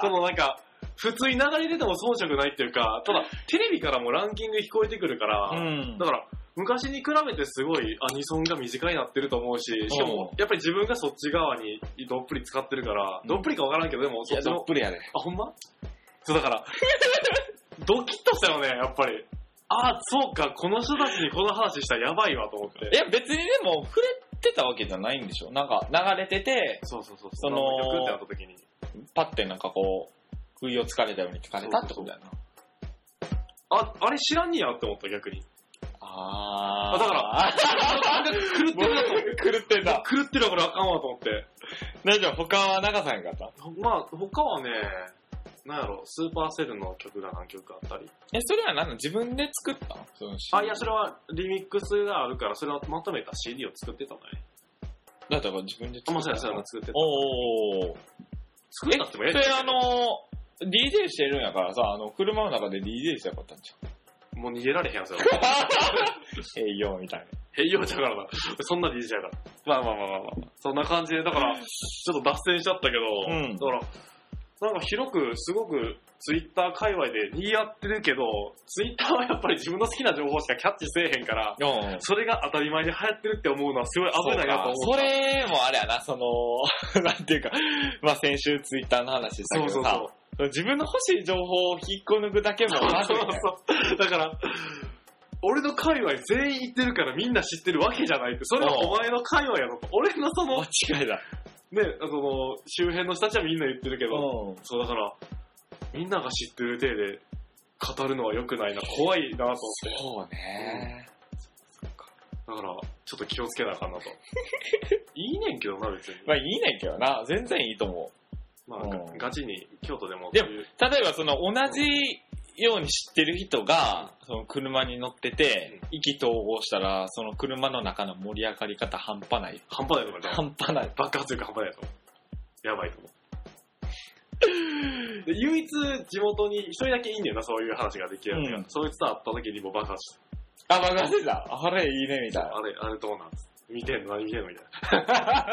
[SPEAKER 1] そのなんか、普通に流れてても遜色ないっていうか、ただ、テレビからもランキング聞こえてくるから、
[SPEAKER 2] うん
[SPEAKER 1] だから、昔に比べてすごいアニソンが短いなってると思うし、しかも
[SPEAKER 2] う、
[SPEAKER 1] やっぱり自分がそっち側にどっぷり使ってるから、
[SPEAKER 2] うん
[SPEAKER 1] どっぷりかわからんけど、でも、
[SPEAKER 2] い
[SPEAKER 1] そ
[SPEAKER 2] や、
[SPEAKER 1] っち
[SPEAKER 2] どっ
[SPEAKER 1] の、
[SPEAKER 2] ぷりやで。
[SPEAKER 1] あ、ほんまそうだ から、ドキッとしたよね、やっぱり。ああ、そうか、この人たちにこの話したらやばいわと思って
[SPEAKER 2] い。や、別にでも、触れてたわけじゃないんでしょ。なんか、流れてて、
[SPEAKER 1] そうそうそう、
[SPEAKER 2] その
[SPEAKER 1] 曲ってなった時に。
[SPEAKER 2] パッてなんかこう、不意をつかれたように聞かれたってことやな。
[SPEAKER 1] あ、あれ知らんにやって思った、逆に。
[SPEAKER 2] あ
[SPEAKER 1] あだから、感覚狂ってるなと思って。
[SPEAKER 2] ら、狂ってた。
[SPEAKER 1] 狂ってるからあかんわと思って。
[SPEAKER 2] 大丈夫、他は流さへんかった
[SPEAKER 1] まあ、他はね、なんやろ、スーパーセルの曲が何曲かあったり。
[SPEAKER 2] え、それは何なの自分で作ったのその CD
[SPEAKER 1] あ、いや、それはリミックスがあるから、それをまとめた CD を作ってたのね。
[SPEAKER 2] だったから自分で
[SPEAKER 1] あ、
[SPEAKER 2] 作
[SPEAKER 1] も
[SPEAKER 2] っ
[SPEAKER 1] ち
[SPEAKER 2] た
[SPEAKER 1] ろ
[SPEAKER 2] の
[SPEAKER 1] ん、そうやな、作ってた。
[SPEAKER 2] おー。
[SPEAKER 1] 作ったってもや
[SPEAKER 2] え、そ
[SPEAKER 1] りた
[SPEAKER 2] れ
[SPEAKER 1] い
[SPEAKER 2] あの、DJ してるんやからさ、あの、車の中で DJ してよかったんじ
[SPEAKER 1] もう逃げられへんやつよ。
[SPEAKER 2] ゃん。営業みたい
[SPEAKER 1] へいよちゃうからな。そんな DJ やから。まあまあまあまあまあ。そんな感じで、だから、ちょっと脱線しちゃったけど、
[SPEAKER 2] うん
[SPEAKER 1] だから、なんか広く、すごく、ツイッター界隈で似合ってるけど、ツイッターはやっぱり自分の好きな情報しかキャッチせえへんから、
[SPEAKER 2] な。うん。
[SPEAKER 1] それが当たり前に流行ってるって思うのはすごい危ないなと思
[SPEAKER 2] そううかそれもあれやな、その、 なんていうか、まあ先週ツイッターの話したけ
[SPEAKER 1] そう
[SPEAKER 2] どさ、
[SPEAKER 1] そうそう。
[SPEAKER 2] 自分の欲しい情報を引っこ抜くだけも
[SPEAKER 1] そう
[SPEAKER 2] まずいね
[SPEAKER 1] そうそう。だから、俺の界隈全員行ってるからみんな知ってるわけじゃないって、それはお前の界隈やろと。俺のその、
[SPEAKER 2] 間違いだ。
[SPEAKER 1] ね、その、周辺の人たちはみんな言ってるけど、そうだから、みんなが知ってる体で語るのは良くないな、怖いなと思って。
[SPEAKER 2] そうね。
[SPEAKER 1] だから、ちょっと気をつけなあか んなと。いいねんけどな、別に。
[SPEAKER 2] まあいいねんけどな、全然いいと思う。
[SPEAKER 1] まあ、
[SPEAKER 2] うん
[SPEAKER 1] ガチに京都でも
[SPEAKER 2] でも
[SPEAKER 1] そういう
[SPEAKER 2] 例えばその同じように知ってる人が、その車に乗ってて
[SPEAKER 1] う、
[SPEAKER 2] 意気投合したら、その車の中の盛り上がり方半端ない。
[SPEAKER 1] 半端ないと思うよ。
[SPEAKER 2] 半端ない。
[SPEAKER 1] 爆発力半端ないと思う。やばいと 思う。で唯一地元に一人だけいいねんな、そういう話ができるやつが。
[SPEAKER 2] うん
[SPEAKER 1] そいつと会った時にもう爆発した。
[SPEAKER 2] あ、爆発だ。あれいいね、みたいな。
[SPEAKER 1] あれ、あれどうなん見てんの何見てんのみたいな。な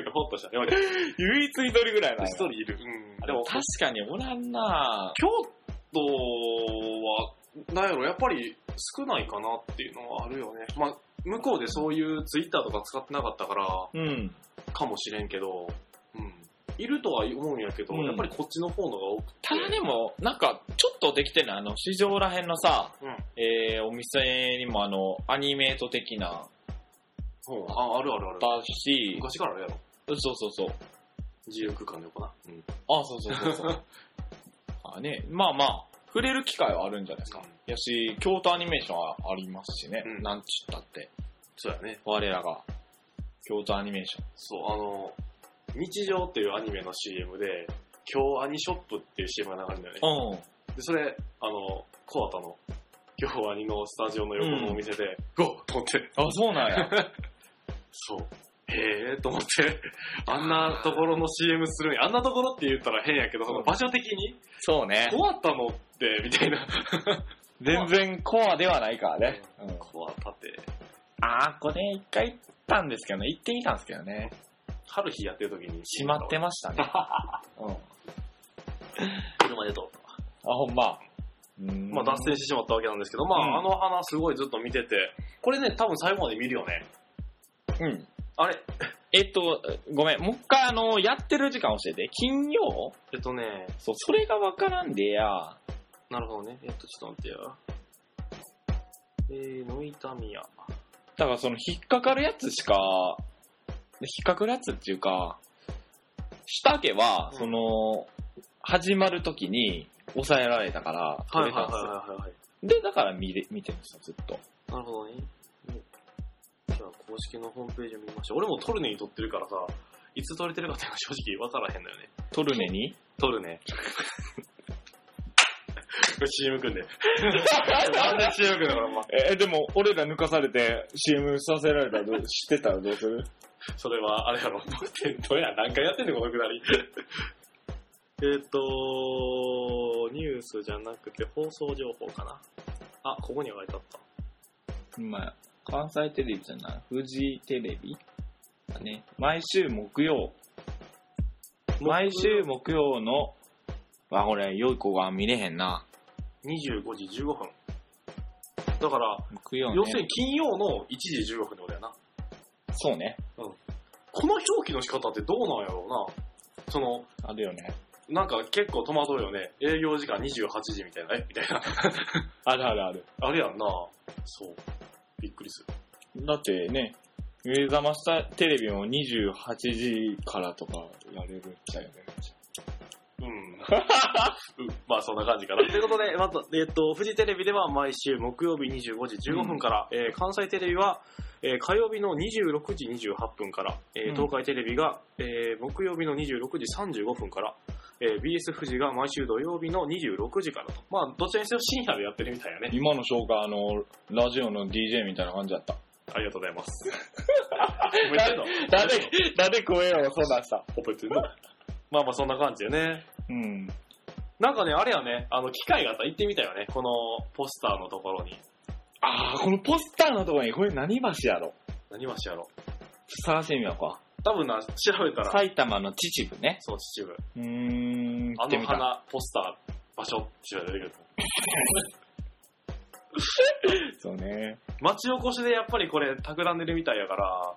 [SPEAKER 1] んかほっとした。やばい。
[SPEAKER 2] 唯一一人ぐらいなのよ。
[SPEAKER 1] 一人いる。うん。
[SPEAKER 2] でも確かにおらんな
[SPEAKER 1] 京都は、なんやろ、やっぱり少ないかなっていうのはあるよね。まあ、向こうでそういうツイッターとか使ってなかったから、
[SPEAKER 2] うん。
[SPEAKER 1] かもしれんけど、うん。いるとは思うんやけど、
[SPEAKER 2] うん
[SPEAKER 1] やっぱりこっちの方のが多くて。
[SPEAKER 2] ただでも、なんか、ちょっとできてない、あの、市場らへんのさ、
[SPEAKER 1] うん
[SPEAKER 2] えー、お店にもあの、アニメート的な、
[SPEAKER 1] うんあ、あるあるある。
[SPEAKER 2] だし、
[SPEAKER 1] 昔からあるやろ。
[SPEAKER 2] そうそうそう。
[SPEAKER 1] 自由空間の横な。うん。
[SPEAKER 2] あ、そうそうそうそう。 あね、まあまあ、触れる機会はあるんじゃないですか。いやし、京都アニメーションはありますしね。
[SPEAKER 1] うん
[SPEAKER 2] なんちったって。
[SPEAKER 1] そうやね。
[SPEAKER 2] 我らが、京都アニメーション。
[SPEAKER 1] そう、あの、日常っていうアニメの CM で、今日アニショップっていう CM が流れるんだよね。
[SPEAKER 2] うん。
[SPEAKER 1] で、それ、あの、コアタの、今日アニのスタジオの横のお店で、ゴーと思って、
[SPEAKER 2] あ、そうなんや。
[SPEAKER 1] そう。へえーと思って、 あんなところの CM するんや。あんなところって言ったら変やけど、その場所的に、
[SPEAKER 2] そうね。
[SPEAKER 1] コアタのって、みたい な。
[SPEAKER 2] 全然コアではないからね。うん
[SPEAKER 1] コアタって、
[SPEAKER 2] あー、これ一回行ったんですけどね。行ってみたんですけどね。
[SPEAKER 1] 春日やってる時に、
[SPEAKER 2] 閉まってました ね。うん。あ、
[SPEAKER 1] 車でと。
[SPEAKER 2] ほんま。うん
[SPEAKER 1] まあ、脱線してしまったわけなんですけど、まあ、
[SPEAKER 2] うん
[SPEAKER 1] あの花すごいずっと見てて、これね、多分最後まで見るよね。
[SPEAKER 2] うん。
[SPEAKER 1] あれ
[SPEAKER 2] えっと、ごめん。もう一回あの、やってる時間教えて。金曜
[SPEAKER 1] えっとね、
[SPEAKER 2] そう、それがわからんでや。
[SPEAKER 1] なるほどね。えっと、ちょっと待ってよ。えー、ノイタミヤ。
[SPEAKER 2] だからその引っかかるやつしか、引っかかるやつっていうか、下家は、
[SPEAKER 1] うん
[SPEAKER 2] その、始まるときに抑えられたから、
[SPEAKER 1] は
[SPEAKER 2] 撮
[SPEAKER 1] いはい
[SPEAKER 2] れたん
[SPEAKER 1] は
[SPEAKER 2] ですよ
[SPEAKER 1] いはいはい。
[SPEAKER 2] で、だから見れ見てました、ずっと。
[SPEAKER 1] なるほどね。じゃあ、公式のホームページを見ましょう。俺もトルネに撮ってるからさ、いつ撮れてるかっていうのは正直分からへんのよね。
[SPEAKER 2] 撮るねに
[SPEAKER 1] 撮るね。 これ CM 組んで。なんで CM 組んだから、まあ、
[SPEAKER 2] え、でも、俺ら抜かされて CM させられた らどう、知ってたらどうする
[SPEAKER 1] それは、あれやろ。どうや、何回やってんねん、このくだり。えっと、ニュースじゃなくて放送情報かな。あ、ここには書いてあった。
[SPEAKER 2] まあ、関西テレビじゃない、フジテレビだね。毎週木曜、毎週木曜の、わ、これ、良い子が見れへんな。
[SPEAKER 1] 25時15分。だから、
[SPEAKER 2] 木曜ね。
[SPEAKER 1] 要するに金曜の1時15分ってことやな。
[SPEAKER 2] そうね。
[SPEAKER 1] この表記の仕方ってどうなんやろうな。その、
[SPEAKER 2] あるよね。
[SPEAKER 1] なんか結構戸惑うよね。営業時間28時みたいな、えみたいな。
[SPEAKER 2] あるあるある。
[SPEAKER 1] あれやんな。そう。びっくりする。
[SPEAKER 2] だってね、目覚ましたテレビも28時からとかやれるっちゃやれるじ
[SPEAKER 1] うん。うんまあそんな感じかな。ということで、また、えっと、フジテレビでは毎週木曜日25時15分から、えー関西テレビは、えー火曜日の26時28分から、えー
[SPEAKER 2] うん
[SPEAKER 1] 東海テレビが、えー木曜日の26時35分から、えー BS 富士が毎週土曜日の26時からと。まあ、どちらにせよ深夜でやってるみたいやね。
[SPEAKER 2] 今の紹介、あの、ラジオの DJ みたいな感じだった。
[SPEAKER 1] ありがとうござい ます。褒めてんの
[SPEAKER 2] 誰、誰食えよ、そんなんさ。
[SPEAKER 1] 褒めてんのまあまあ、そんな感じでね。
[SPEAKER 2] うん。
[SPEAKER 1] なんかね、あれやね、あの、機械があったら行ってみたいよね。このポスターのところに。
[SPEAKER 2] あー、このポスターのとこに、これ何橋やろ
[SPEAKER 1] 何ましやろ
[SPEAKER 2] 探してみようか。
[SPEAKER 1] う。多分な、調べたら、
[SPEAKER 2] 埼玉の秩父ね。
[SPEAKER 1] そう、秩父。
[SPEAKER 2] うーん。
[SPEAKER 1] あ
[SPEAKER 2] 行って
[SPEAKER 1] の
[SPEAKER 2] みたい
[SPEAKER 1] 花、ポスター、場所って出てくる。
[SPEAKER 2] そうね。
[SPEAKER 1] 町おこしでやっぱりこれ、企んでるみたいやから、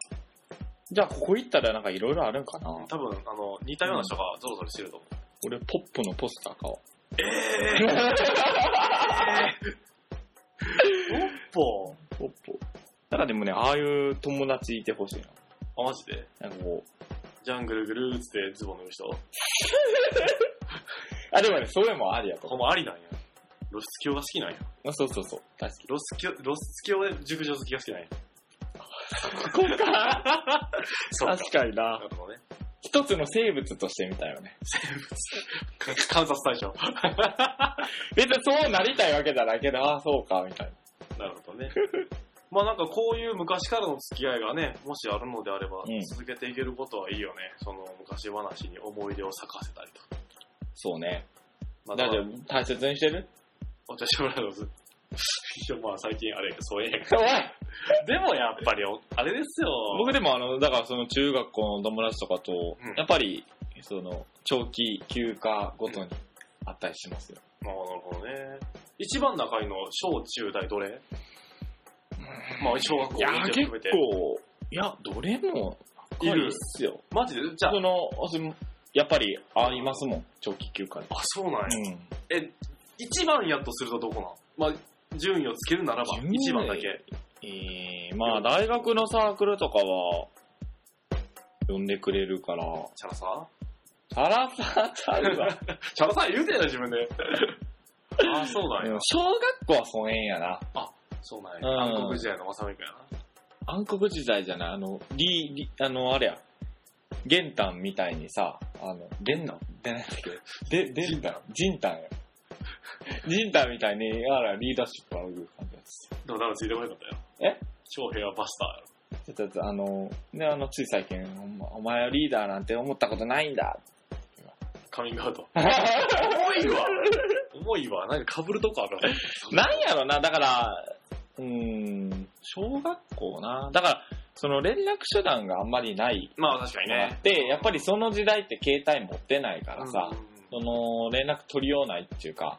[SPEAKER 2] じゃあ、ここ行ったらなんかいろいろあるんかな。
[SPEAKER 1] 多分、あの、似たような人がゾロゾロしてると思う。
[SPEAKER 2] 俺、ポップのポスター買おう。
[SPEAKER 1] えー、おっ
[SPEAKER 2] ポップ。ただでもね、ああいう友達いてほしい
[SPEAKER 1] ぽ。あ、マジで
[SPEAKER 2] な。なんかこう。
[SPEAKER 1] ジャングルグルーっつってズボン脱ぐ人
[SPEAKER 2] あ、でもね、それもありやと
[SPEAKER 1] ほんまありなんや。露出狂が好きなんや。
[SPEAKER 2] あそうそうそう。確か
[SPEAKER 1] 露出狂、露出狂で熟女好きが好きなんや。
[SPEAKER 2] に。ここか。
[SPEAKER 1] そうか。
[SPEAKER 2] 確かに
[SPEAKER 1] な
[SPEAKER 2] な。
[SPEAKER 1] るほどね。
[SPEAKER 2] 一つの生物としてみたいよね。
[SPEAKER 1] か観察対象。
[SPEAKER 2] 別にそうなりたいわけじゃないけど、ああ、そうか、みたいな。
[SPEAKER 1] なる ほどね。まあなんかこういう昔からの付き合いがね、もしあるのであれば
[SPEAKER 2] うん、
[SPEAKER 1] 続けていけることはいいよね。その昔話に思い出を咲かせたりと。
[SPEAKER 2] そうね。
[SPEAKER 1] まあ、
[SPEAKER 2] だ
[SPEAKER 1] だ
[SPEAKER 2] っ
[SPEAKER 1] か
[SPEAKER 2] て
[SPEAKER 1] ら、
[SPEAKER 2] 大切にしてる
[SPEAKER 1] 私もらのず、 いやまあ最近あれやけど、そうえ えやん
[SPEAKER 2] おい
[SPEAKER 1] でもやっぱりお、あれですよ。
[SPEAKER 2] 僕でもあの、だからその中学校の友達とかと、
[SPEAKER 1] うん
[SPEAKER 2] やっぱり、その、長期休暇ごとにあったりしますよ。
[SPEAKER 1] まあなるほどね。一番仲いいの、小中大どれまあ小学校
[SPEAKER 2] いや
[SPEAKER 1] 幼、稚園
[SPEAKER 2] 結
[SPEAKER 1] 含めて
[SPEAKER 2] 構、いや、どれも、
[SPEAKER 1] いる
[SPEAKER 2] っすよ。
[SPEAKER 1] マジでじゃあ
[SPEAKER 2] そ、の、そのやっぱり、ありますもん、長期休暇で。
[SPEAKER 1] あ、そうなんや。
[SPEAKER 2] うん。
[SPEAKER 1] え、一番やとするとどこなんまあ、順位をつけるならば、
[SPEAKER 2] 順位
[SPEAKER 1] 一番だけ。
[SPEAKER 2] えー、まあ、大学のサークルとかは、呼んでくれるから、
[SPEAKER 1] チャラさ
[SPEAKER 2] サラサーちゃうわ。
[SPEAKER 1] チャラさ言うてんや自分で。あ、そうな ん
[SPEAKER 2] で
[SPEAKER 1] や
[SPEAKER 2] も。小学校はその辺やな。
[SPEAKER 1] そうなんや。
[SPEAKER 2] うん
[SPEAKER 1] 暗黒時代のまさみくんやな。
[SPEAKER 2] 暗黒時代じゃない、あの、リリあの、あれや、玄丹みたいにさ、あの、玄丹でなんだっけで、玄丹仁丹や。仁丹みたいに、あら、リーダーシップある感じです。
[SPEAKER 1] でも多分ついてこなかったよ。
[SPEAKER 2] え
[SPEAKER 1] 翔平はバスターやろ。
[SPEAKER 2] ちょっとやつ、あの、ね、あの、つい最近、お前お前はリーダーなんて思ったことないん だ。
[SPEAKER 1] カミングアウト。重いわ重いわ。なんか被るとこある。
[SPEAKER 2] なんやろな、だから、うーん、小学校な。だから、その連絡手段があんまりない
[SPEAKER 1] まあ確かに
[SPEAKER 2] のがあ
[SPEAKER 1] ね
[SPEAKER 2] っ。て、やっぱりその時代って携帯持ってないからさ、
[SPEAKER 1] うん
[SPEAKER 2] その、連絡取りようないっていうか、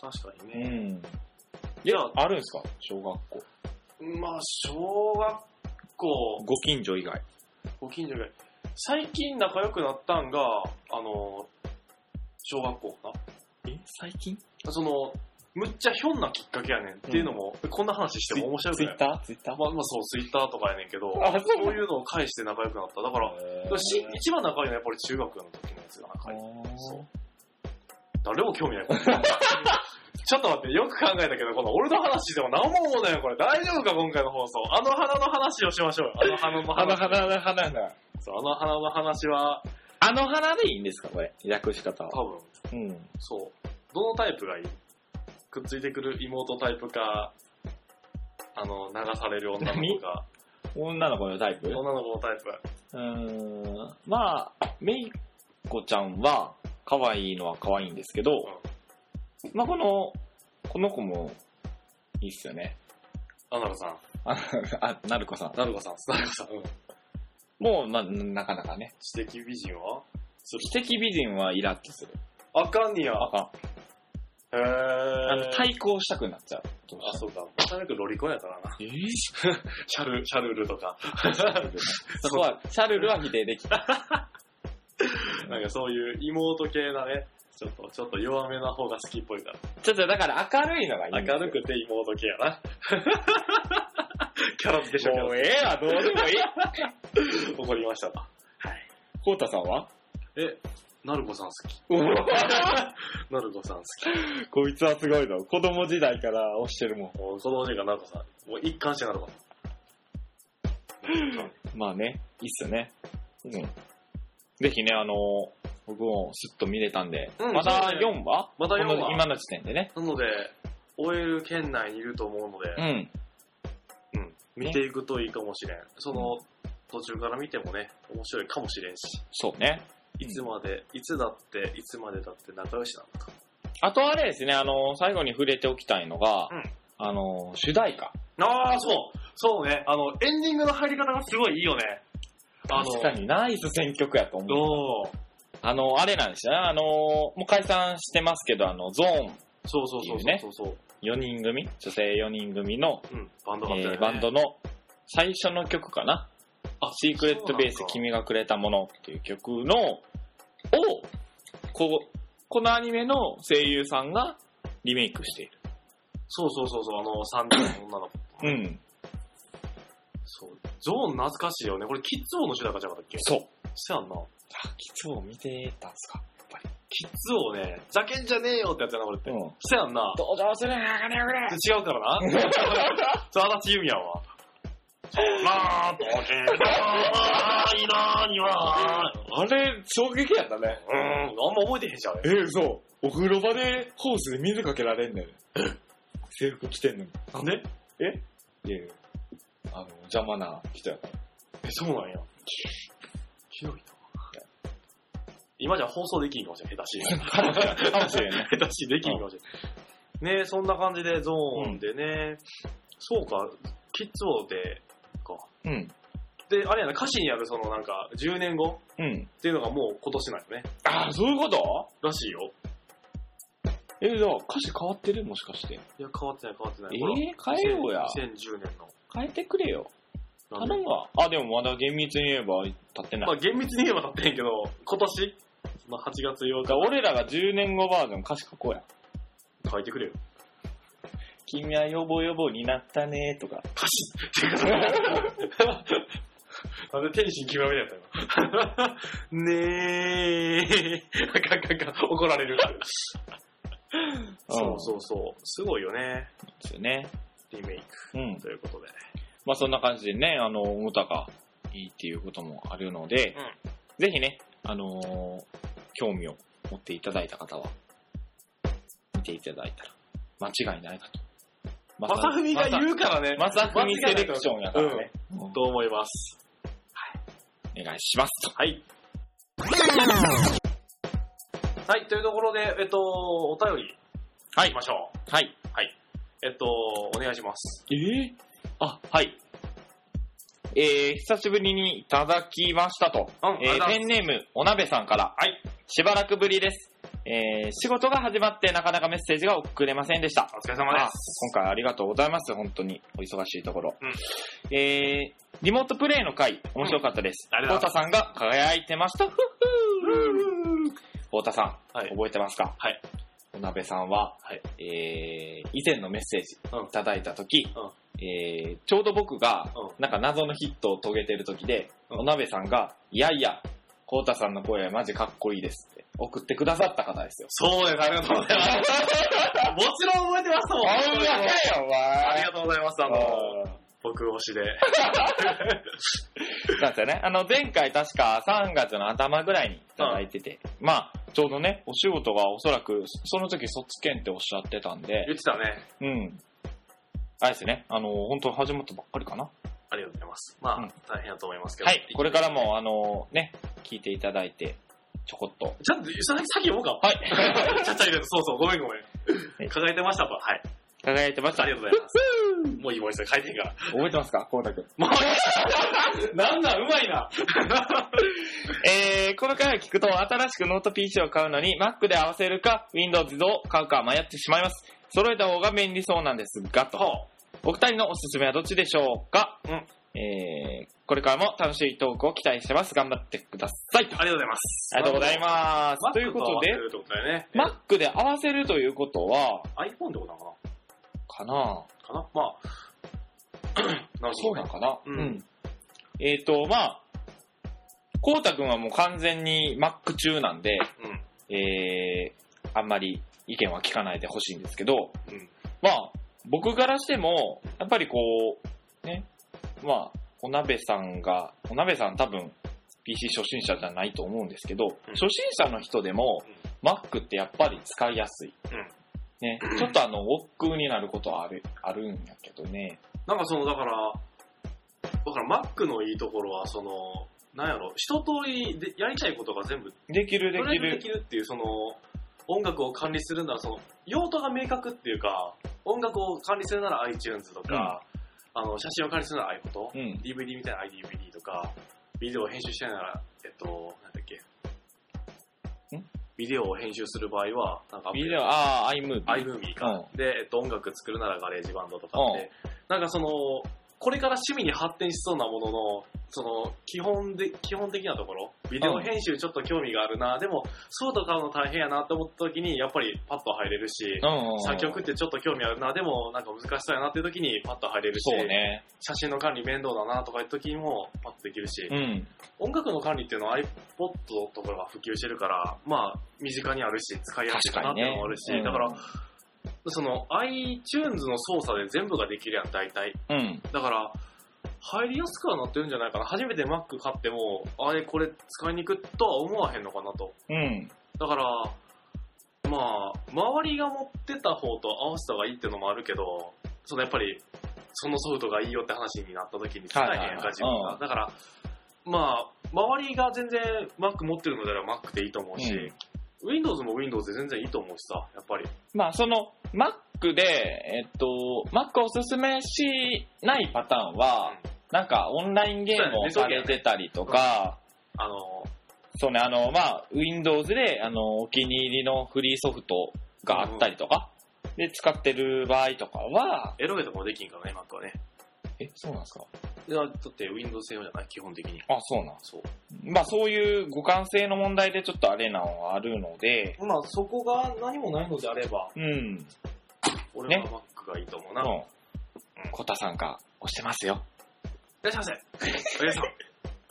[SPEAKER 1] 確かに
[SPEAKER 2] う
[SPEAKER 1] ね。
[SPEAKER 2] ん。
[SPEAKER 1] いや、
[SPEAKER 2] あるんすか小学校。
[SPEAKER 1] まあ、小学校、
[SPEAKER 2] ご近所以外。
[SPEAKER 1] ご近所で。最近仲良くなったんが、あの、小学校かな。
[SPEAKER 2] え最近
[SPEAKER 1] その、むっちゃひょんなきっかけやねんっていうのも、こんな話しても面白く
[SPEAKER 2] ツイ
[SPEAKER 1] な
[SPEAKER 2] ッ
[SPEAKER 1] い。
[SPEAKER 2] ターツイッター
[SPEAKER 1] まあ、まあそう、ツイッターとかやねんけど、
[SPEAKER 2] あそう
[SPEAKER 1] そういうのを介して仲良くなった。だから、し一番仲良いのはやっぱり中学の時のやつが仲良い。そう誰も興味ない。 これちょっと待って、よく考えたけど、この俺の話でも何も思うないよ、これ。大丈夫か、今回の放送。あの花の話をしましょうよ。あの花の
[SPEAKER 2] あの
[SPEAKER 1] 話。
[SPEAKER 2] 花の花だ。
[SPEAKER 1] そうあの花の話は、
[SPEAKER 2] あの花でいいんですかこれ。訳し方は。
[SPEAKER 1] 多分、
[SPEAKER 2] うん。
[SPEAKER 1] そう。どのタイプがいいくっついてくる妹タイプか、あの、流される女の子か、
[SPEAKER 2] 女の子のタイプ
[SPEAKER 1] 女
[SPEAKER 2] う
[SPEAKER 1] の子のタイプ。
[SPEAKER 2] ーん。まあ、めいこちゃんは、可愛いのは可愛いんですけど、まあこの、この子も、いいっすよね。
[SPEAKER 1] あ、なるさん。
[SPEAKER 2] あ、あなるこさん。
[SPEAKER 1] なるこさん。なるこさん。うん。
[SPEAKER 2] もう、まあ、なかなかね。
[SPEAKER 1] 知的美人は
[SPEAKER 2] 知的美人はイラッとする。
[SPEAKER 1] あかんにや。
[SPEAKER 2] あかん。
[SPEAKER 1] へぇ
[SPEAKER 2] あの、
[SPEAKER 1] ー。
[SPEAKER 2] 対抗したくなっちゃう。
[SPEAKER 1] あ、そうか。まさみくんロリコンやからな。
[SPEAKER 2] えぇ
[SPEAKER 1] シャル、シャルルとか。
[SPEAKER 2] そこは、シャルルは否定できた。
[SPEAKER 1] なんかそういう妹系なね、ちょっと、ちょっと弱めな方が好きっぽいから。
[SPEAKER 2] ちょっとだから明るいのがいい。
[SPEAKER 1] 明るくて妹系やな。 キャラ付けしようキャラ
[SPEAKER 2] もう
[SPEAKER 1] 付
[SPEAKER 2] ええわ、どうでも いい。
[SPEAKER 1] け怒りましたか。
[SPEAKER 2] コウタさんは
[SPEAKER 1] え、なるこさん好き。 なるこさん好き。
[SPEAKER 2] こいつはすごいぞ。子供時代から推してるも
[SPEAKER 1] もう子供の時からなるこさん。もう一貫してなるこさん。
[SPEAKER 2] ん。まあね、いいっすよね。うん。ぜひね、あの、僕もスッと見れたんで、
[SPEAKER 1] うん
[SPEAKER 2] ま
[SPEAKER 1] そう
[SPEAKER 2] だ
[SPEAKER 1] ね
[SPEAKER 2] 4話
[SPEAKER 1] まだ4話
[SPEAKER 2] この今の時点でね。
[SPEAKER 1] なので、OL 圏内にいると思うの
[SPEAKER 2] う
[SPEAKER 1] で、
[SPEAKER 2] ん。
[SPEAKER 1] うん見ていくといいかもしれん。その、途中から見てもね、面白いかもしれんし、
[SPEAKER 2] そうね。
[SPEAKER 1] いつまで、いつだって、いつまでだって仲良しなのか。
[SPEAKER 2] あとあれですね、あの、最後に触れておきたいのが、
[SPEAKER 1] うん
[SPEAKER 2] あの、主題歌。
[SPEAKER 1] ああ、そうそうね。あの、エンディングの入り方がすごいいいよね。あの、
[SPEAKER 2] 確かにナイス選曲やと思う。
[SPEAKER 1] どう
[SPEAKER 2] あの、あれなんですよね。あの、もう解散してますけど、あの、ゾーン
[SPEAKER 1] そうそうそう
[SPEAKER 2] いい
[SPEAKER 1] そう
[SPEAKER 2] ね
[SPEAKER 1] そうそう、
[SPEAKER 2] 4人組、女性4人組の、
[SPEAKER 1] うん、バンドがあったよ
[SPEAKER 2] え
[SPEAKER 1] ね
[SPEAKER 2] ーバンドの最初の曲かな。
[SPEAKER 1] あ
[SPEAKER 2] シークレットベース
[SPEAKER 1] そうなんだ
[SPEAKER 2] 君がくれたものっていう曲の、を、こう、このアニメの声優さんがリメイクしている。
[SPEAKER 1] そうそうそうそう、あの、三人の女の子。
[SPEAKER 2] うん。
[SPEAKER 1] そう。ゾーン懐かしいよね。これ、キッズ王の主題歌じゃなかったっけ
[SPEAKER 2] そう。
[SPEAKER 1] そやんな。
[SPEAKER 2] あ、キツを見てたんすか。
[SPEAKER 1] キッズ王ね、ざけんじゃねえよってやつやな、これって。
[SPEAKER 2] うん。
[SPEAKER 1] そやんな。
[SPEAKER 2] 登場するな、金をくれ
[SPEAKER 1] 違うから な。そう、足立由美やわ。そうなーとけないなーには
[SPEAKER 2] あれ、衝撃やったね。
[SPEAKER 1] うーん、あんま覚えてへんじゃん。あれ
[SPEAKER 2] えー、嘘。お風呂場でホースで水かけられんねん。制服着てんのに。
[SPEAKER 1] なんで
[SPEAKER 2] いやいやあの、邪魔な人や から。
[SPEAKER 1] え、そうなんや。ひどいな。今じゃ放送できんかもしれん、下手 し。
[SPEAKER 2] かもしれん ね。
[SPEAKER 1] 下手しできんかもしれん。ねそんな感じでゾーンでね、そうか、キッズ王で、か。
[SPEAKER 2] うん。
[SPEAKER 1] で、あれやな、歌詞にあるそのなんか、10年後
[SPEAKER 2] うん。
[SPEAKER 1] っていうのがもう今年なんよね。
[SPEAKER 2] ああ、そういうこと
[SPEAKER 1] らしいよ。
[SPEAKER 2] え、じゃあ歌詞変わってるもしかして。
[SPEAKER 1] いや、変わってない変わってない。
[SPEAKER 2] えー
[SPEAKER 1] ほら
[SPEAKER 2] 変えようや
[SPEAKER 1] 2010年の。
[SPEAKER 2] 変えてくれよ。
[SPEAKER 1] な
[SPEAKER 2] 頼
[SPEAKER 1] んで
[SPEAKER 2] むわ。あ、でもまだ厳密に言えば立ってな
[SPEAKER 1] まあ
[SPEAKER 2] い。
[SPEAKER 1] 厳密に言えば経ってへんけど、今年、まあ、8月8
[SPEAKER 2] だから俺らが10年後バージョン歌詞書こうや。
[SPEAKER 1] 日書いてくれよ。
[SPEAKER 2] 君はヨボヨボになったねとか。
[SPEAKER 1] 歌詞っていうかなんで天心極めだったよ。 ねえ。あかんあかんあかん怒られる。そうそうそう。すごいよね。
[SPEAKER 2] うん。ですよね。
[SPEAKER 1] リメイ
[SPEAKER 2] うん
[SPEAKER 1] ク。。ということで。
[SPEAKER 2] まあそんな感じでね、あの、おもたがいいっていうこともあるので、ぜひね、あのー興味を持っていただいた方は、見ていただいたら、間違いないかと。ま
[SPEAKER 1] まさふみが言うからね。
[SPEAKER 2] まさふみセレクションやからね。うん
[SPEAKER 1] と思います。
[SPEAKER 2] お願いしますと。
[SPEAKER 1] はい。はい、というところで、えっと、お便り、
[SPEAKER 2] は
[SPEAKER 1] 行き
[SPEAKER 2] い
[SPEAKER 1] ま。しょう。
[SPEAKER 2] はい。
[SPEAKER 1] えっと、お願いします。
[SPEAKER 2] えー、あ、はい。えー、久しぶりにいただきましたと。
[SPEAKER 1] うん
[SPEAKER 2] えーペンネーム、お鍋さんから。
[SPEAKER 1] はい。
[SPEAKER 2] しばらくぶりです。えー、仕事が始まってなかなかメッセージが送れませんでした。
[SPEAKER 1] お疲れ様で
[SPEAKER 2] あ今回ありがとうございます。本当に。お忙しいところ。
[SPEAKER 1] うん
[SPEAKER 2] えー、リモートプレイの回、面白かったです。
[SPEAKER 1] うんあり
[SPEAKER 2] 太
[SPEAKER 1] がとう
[SPEAKER 2] 田さんが輝いてました。ふっ
[SPEAKER 1] す。
[SPEAKER 2] ふ太田さん、
[SPEAKER 1] はい
[SPEAKER 2] 覚えてますか
[SPEAKER 1] はい。
[SPEAKER 2] お鍋さんは、
[SPEAKER 1] はい
[SPEAKER 2] えー、以前のメッセージ
[SPEAKER 1] うん
[SPEAKER 2] いただいたとき、
[SPEAKER 1] うん
[SPEAKER 2] えー、ちょうど僕が、
[SPEAKER 1] う
[SPEAKER 2] なんか謎のヒットを遂げてる時で、
[SPEAKER 1] うん
[SPEAKER 2] お鍋さんが、いやいや、コウタさんの声はマジかっこいいですって送ってくださった方ですよ。
[SPEAKER 1] そうです、ありがとうございま す。もちろん覚えてますも
[SPEAKER 2] よ、
[SPEAKER 1] ん。
[SPEAKER 2] お前
[SPEAKER 1] ありがとうございます、あの、僕推しで。
[SPEAKER 2] なんですよね。あの、前回確か3月の頭ぐらいにいただいてて、まあ、ちょうどね、お仕事がおそらく、その時卒検っておっしゃってたんで
[SPEAKER 1] 言、ってたね。
[SPEAKER 2] うん。あれですね、あの、本当始まったばっかりかな。
[SPEAKER 1] ありがとうございます。まあ、
[SPEAKER 2] うん
[SPEAKER 1] 大変だと思いますけど。
[SPEAKER 2] はい、これから。も、あの、ね、聞いていただいて、ちょこっと。
[SPEAKER 1] ちょっと、さっき先読もうか。。
[SPEAKER 2] はいい。
[SPEAKER 1] ちゃっちゃ入れて、そうそう、ごめんごめ
[SPEAKER 2] い
[SPEAKER 1] ん。輝いてましたかはい。
[SPEAKER 2] 輝いてました。
[SPEAKER 1] ありがとうございます。もういいボイスで書いていいから。
[SPEAKER 2] 覚えてますかコウタ君。
[SPEAKER 1] もう、なんなん、うまいな。
[SPEAKER 2] えー、この回を聞くと、新しくノート PC を買うのに、Mac で合わせるか、Windows を買うか迷ってしまいます。揃えた方が便利そうなんですが、と。
[SPEAKER 1] は
[SPEAKER 2] お二人のおすすめはどっちでしょうか、
[SPEAKER 1] うん
[SPEAKER 2] えー、これからも楽しいトークを期待してます。頑張ってください。と
[SPEAKER 1] あ
[SPEAKER 2] あ
[SPEAKER 1] りがとうございます。
[SPEAKER 2] りがとうございます。
[SPEAKER 1] マック
[SPEAKER 2] ということで
[SPEAKER 1] 合わせ、るってことだよね。
[SPEAKER 2] Mac で合わせるということは、
[SPEAKER 1] iPhone ってことなのか
[SPEAKER 2] か
[SPEAKER 1] な
[SPEAKER 2] な
[SPEAKER 1] かなまあ、 なる
[SPEAKER 2] そうなんかな
[SPEAKER 1] うん
[SPEAKER 2] えっ、と、まあ、こうたくんはもう完全に Mac 中なんで、
[SPEAKER 1] うん。
[SPEAKER 2] えー、あんまり意見は聞かないでほしいんですけど、
[SPEAKER 1] うん。
[SPEAKER 2] まあ、僕からしても、やっぱりこう、ね、まあ、お鍋さんが、お鍋さん多分、 PC 初心者じゃないと思うんですけど、
[SPEAKER 1] ん
[SPEAKER 2] 初心者の人でも
[SPEAKER 1] うん
[SPEAKER 2] Mac ってやっぱり使いやすい。
[SPEAKER 1] うん
[SPEAKER 2] ね、ちょっとあの、億劫になることはある、あるんやけどね。
[SPEAKER 1] なんかその、だから、だから Mac のいいところは、その、なんやろ、一通りでやりたいことが全部、と
[SPEAKER 2] できるで
[SPEAKER 1] りあえ
[SPEAKER 2] き
[SPEAKER 1] ずで
[SPEAKER 2] る。
[SPEAKER 1] きるっていう、その、音楽を管理するなら、その、用途が明確っていうか、音楽を管理するなら iTunes とか、あの、写真を管理するなら iPhoto、
[SPEAKER 2] うん。
[SPEAKER 1] DVD みたいな iDVD とか、ビデオを編集したいなら、えっと、なんだっけ。
[SPEAKER 2] ん
[SPEAKER 1] ビデオを編集する場合は、なんかアプリ
[SPEAKER 2] ビデオ、ああ、iMovie。
[SPEAKER 1] iMovie か、で、えっと、音楽作るならガレージバンドとかって、なんかその、これから趣味に発展しそうなものの、その、基本で、基本的なところ、ビデオ編集ちょっと興味があるな、でも、ソフト買うの大変やなって思った時に、やっぱりパッと入れるし
[SPEAKER 2] う、んうん。
[SPEAKER 1] 作曲ってちょっと興味あるな、でもなんか難しそうやなっていう時にパッと入れるし、
[SPEAKER 2] そうね。
[SPEAKER 1] 写真の管理面倒だなとかいう時にもパッとできるし、
[SPEAKER 2] うん。
[SPEAKER 1] 音楽の管理っていうのは iPod とかが普及してるから、まあ、身近にあるし、使いやすいかなっていうのもあるし、
[SPEAKER 2] 確かにね
[SPEAKER 1] だか
[SPEAKER 2] う
[SPEAKER 1] ら、その iTunes の操作で全部ができるやん、大体。
[SPEAKER 2] うん。
[SPEAKER 1] だから、入りやすくはなってるんじゃないかな。初めて Mac 買っても、あれこれ使いに行くとは思わへんのかなと。
[SPEAKER 2] うん。
[SPEAKER 1] だから、まあ、周りが持ってた方と合わせた方がいいっていうのもあるけど、そのやっぱり、そのソフトがいいよって話になった時に使えへんやん
[SPEAKER 2] は
[SPEAKER 1] か、
[SPEAKER 2] いはいはい
[SPEAKER 1] 自分が。
[SPEAKER 2] うん
[SPEAKER 1] だから、まあ、周りが全然 Mac 持ってるのであれば Mac でいいと思うし、Windows も Windows で全然いいと思うしさ、やっぱり。
[SPEAKER 2] まあ、その、Mac で、えっと、Mac おすすめしないパターンは、なんか、オンラインゲームを
[SPEAKER 1] そう
[SPEAKER 2] さ
[SPEAKER 1] やね
[SPEAKER 2] れてたりとか、
[SPEAKER 1] あの、
[SPEAKER 2] そうね、あの、まあ、Windows で、あの、お気に入りのフリーソフトがあったりとか、で、使ってる場合とかは、
[SPEAKER 1] エロゲとかもできんからね、Mac はね。
[SPEAKER 2] え、そうなんですか
[SPEAKER 1] いやだって Windows 用じゃない、基本的に。
[SPEAKER 2] あ、そうなん。
[SPEAKER 1] そう。
[SPEAKER 2] まあ、そういう互換性の問題でちょっとあれなのはあるので、
[SPEAKER 1] まあ、そこが何もないのであれば、
[SPEAKER 2] うん。
[SPEAKER 1] 俺
[SPEAKER 2] ね
[SPEAKER 1] は Mac がいいと思うな。
[SPEAKER 2] の、コタさんが押してますよ。
[SPEAKER 1] いらっしゃいませ。おやさん。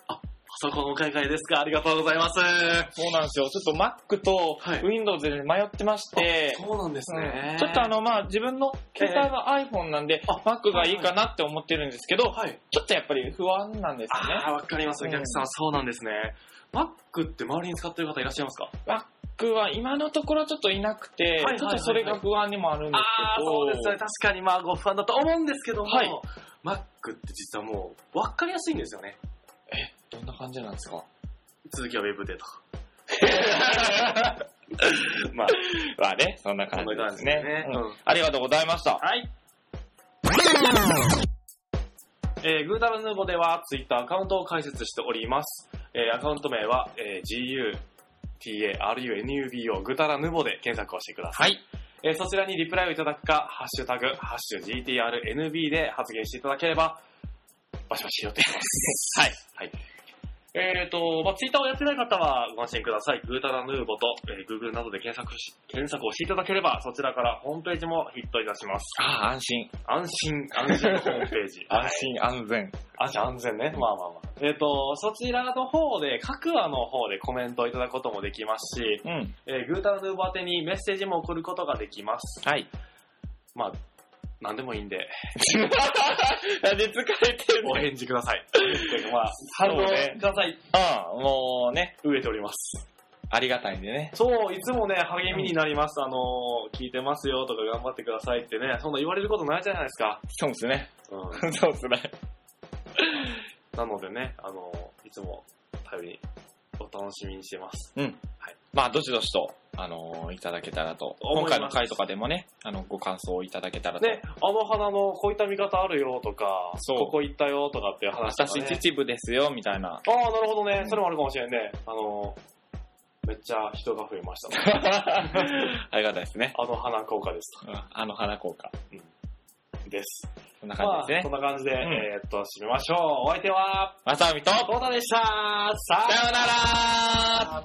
[SPEAKER 1] あ、パソコンお買い替えですかありがとうございます。は
[SPEAKER 2] そうなんですよ。ちょっと Mac と
[SPEAKER 1] はい
[SPEAKER 2] Windows で迷ってまして、
[SPEAKER 1] そうなんですね。
[SPEAKER 2] ちょっとあ、の、まあ、自分の携帯は iPhone なんで、
[SPEAKER 1] あ
[SPEAKER 2] Mac がいいかなって思ってるんですけど、
[SPEAKER 1] はい。
[SPEAKER 2] ちょっとやっぱり不安なんですよね。
[SPEAKER 1] ああ、わかります。お客さ、
[SPEAKER 2] うん
[SPEAKER 1] そうなんですね。Mac って周りに使ってる方いらっしゃいますか
[SPEAKER 2] Mac は今のところちょっといなくて、
[SPEAKER 1] いはいはい
[SPEAKER 2] ちょっとそれが不安にもあるんです
[SPEAKER 1] ああ
[SPEAKER 2] け
[SPEAKER 1] ー、
[SPEAKER 2] ど、
[SPEAKER 1] そうですね。確かにまあご不安だと思うんですけども、
[SPEAKER 2] はい
[SPEAKER 1] Mac って実はもう、わかりやすいんですよね。
[SPEAKER 2] どんな感じなん ですか
[SPEAKER 1] 続きは Web でと。
[SPEAKER 2] まあ、まあね、そんな
[SPEAKER 1] こ
[SPEAKER 2] 感
[SPEAKER 1] んな
[SPEAKER 2] じで
[SPEAKER 1] 感
[SPEAKER 2] す
[SPEAKER 1] じで
[SPEAKER 2] ね。
[SPEAKER 1] ね。
[SPEAKER 2] うん
[SPEAKER 1] うん
[SPEAKER 2] ありがとうございました。
[SPEAKER 1] はい。えー、グータラヌーボではツイッターアカウントを開設しております。えー、アカウント名は、えー、GUTARUNUBO グータラヌーボで検索をしてください。
[SPEAKER 2] はい。
[SPEAKER 1] えー、そちらにリプライをいただくか、ハッシュタグ、ハッシュ GTRNB で発言していただければ、バシバシ拾っていきます。はい。はい。えっ、と、まあ、ツイッターをやってない方はご安心ください。グータラヌーボと、えー、Google などで検索し、検索をしていただければ、そちらからホームページもヒットいたします。
[SPEAKER 2] ああ、安心。。
[SPEAKER 1] 安心、安心ホームペー ジ
[SPEAKER 2] 安心、安全。
[SPEAKER 1] 安心、安全ね。まあまあまあ。えっ、と、そちらの方で、各話の方でコメントをいただくこともできますし、
[SPEAKER 2] うん。
[SPEAKER 1] えー、グータラヌーボ宛てにメッセージも送ることができます。
[SPEAKER 2] はい。
[SPEAKER 1] まあ、なんでもいい んで、
[SPEAKER 2] 疲れて る
[SPEAKER 1] お
[SPEAKER 2] ね。
[SPEAKER 1] 返事ください。 まあ、反応
[SPEAKER 2] そうね
[SPEAKER 1] ください。
[SPEAKER 2] うん、もうね、
[SPEAKER 1] 飢えております。
[SPEAKER 2] ありがたいんでね。
[SPEAKER 1] そう、いつもね、励みになります。あのー、聞いてますよとか頑張ってくださいってね、そんな言われることないじゃないですか。
[SPEAKER 2] そうですね。
[SPEAKER 1] う
[SPEAKER 2] そうですね。
[SPEAKER 1] ん。なのでね、あのー、いつも頼りにお楽しみにしてます。
[SPEAKER 2] まあ、どしどしと、あのーいただけたらと。
[SPEAKER 1] 思
[SPEAKER 2] 今
[SPEAKER 1] います
[SPEAKER 2] 回の回とかでもね、あの、ご感想をいただけたらと。
[SPEAKER 1] ね、あの花のこういった見方あるよとか、
[SPEAKER 2] そう
[SPEAKER 1] ここ行ったよとかっていう話とか、
[SPEAKER 2] 私、
[SPEAKER 1] ね。
[SPEAKER 2] 秩父ですよ、みたい な。
[SPEAKER 1] ああ、なるほど
[SPEAKER 2] う。
[SPEAKER 1] ね
[SPEAKER 2] ん
[SPEAKER 1] それもあるかもしれんね。あの、めっちゃ人が増えました、 ね。
[SPEAKER 2] ありがたいですね。
[SPEAKER 1] あの花効果です
[SPEAKER 2] うんあの花効果。
[SPEAKER 1] と。です。
[SPEAKER 2] こんな
[SPEAKER 1] ま
[SPEAKER 2] 感
[SPEAKER 1] あ、
[SPEAKER 2] じです
[SPEAKER 1] そん
[SPEAKER 2] ね。
[SPEAKER 1] な感じで、
[SPEAKER 2] ん
[SPEAKER 1] えーっと、締めましょう。お相手は、
[SPEAKER 2] まさみと、さ
[SPEAKER 1] コータでしたさ
[SPEAKER 2] ようなら
[SPEAKER 1] あ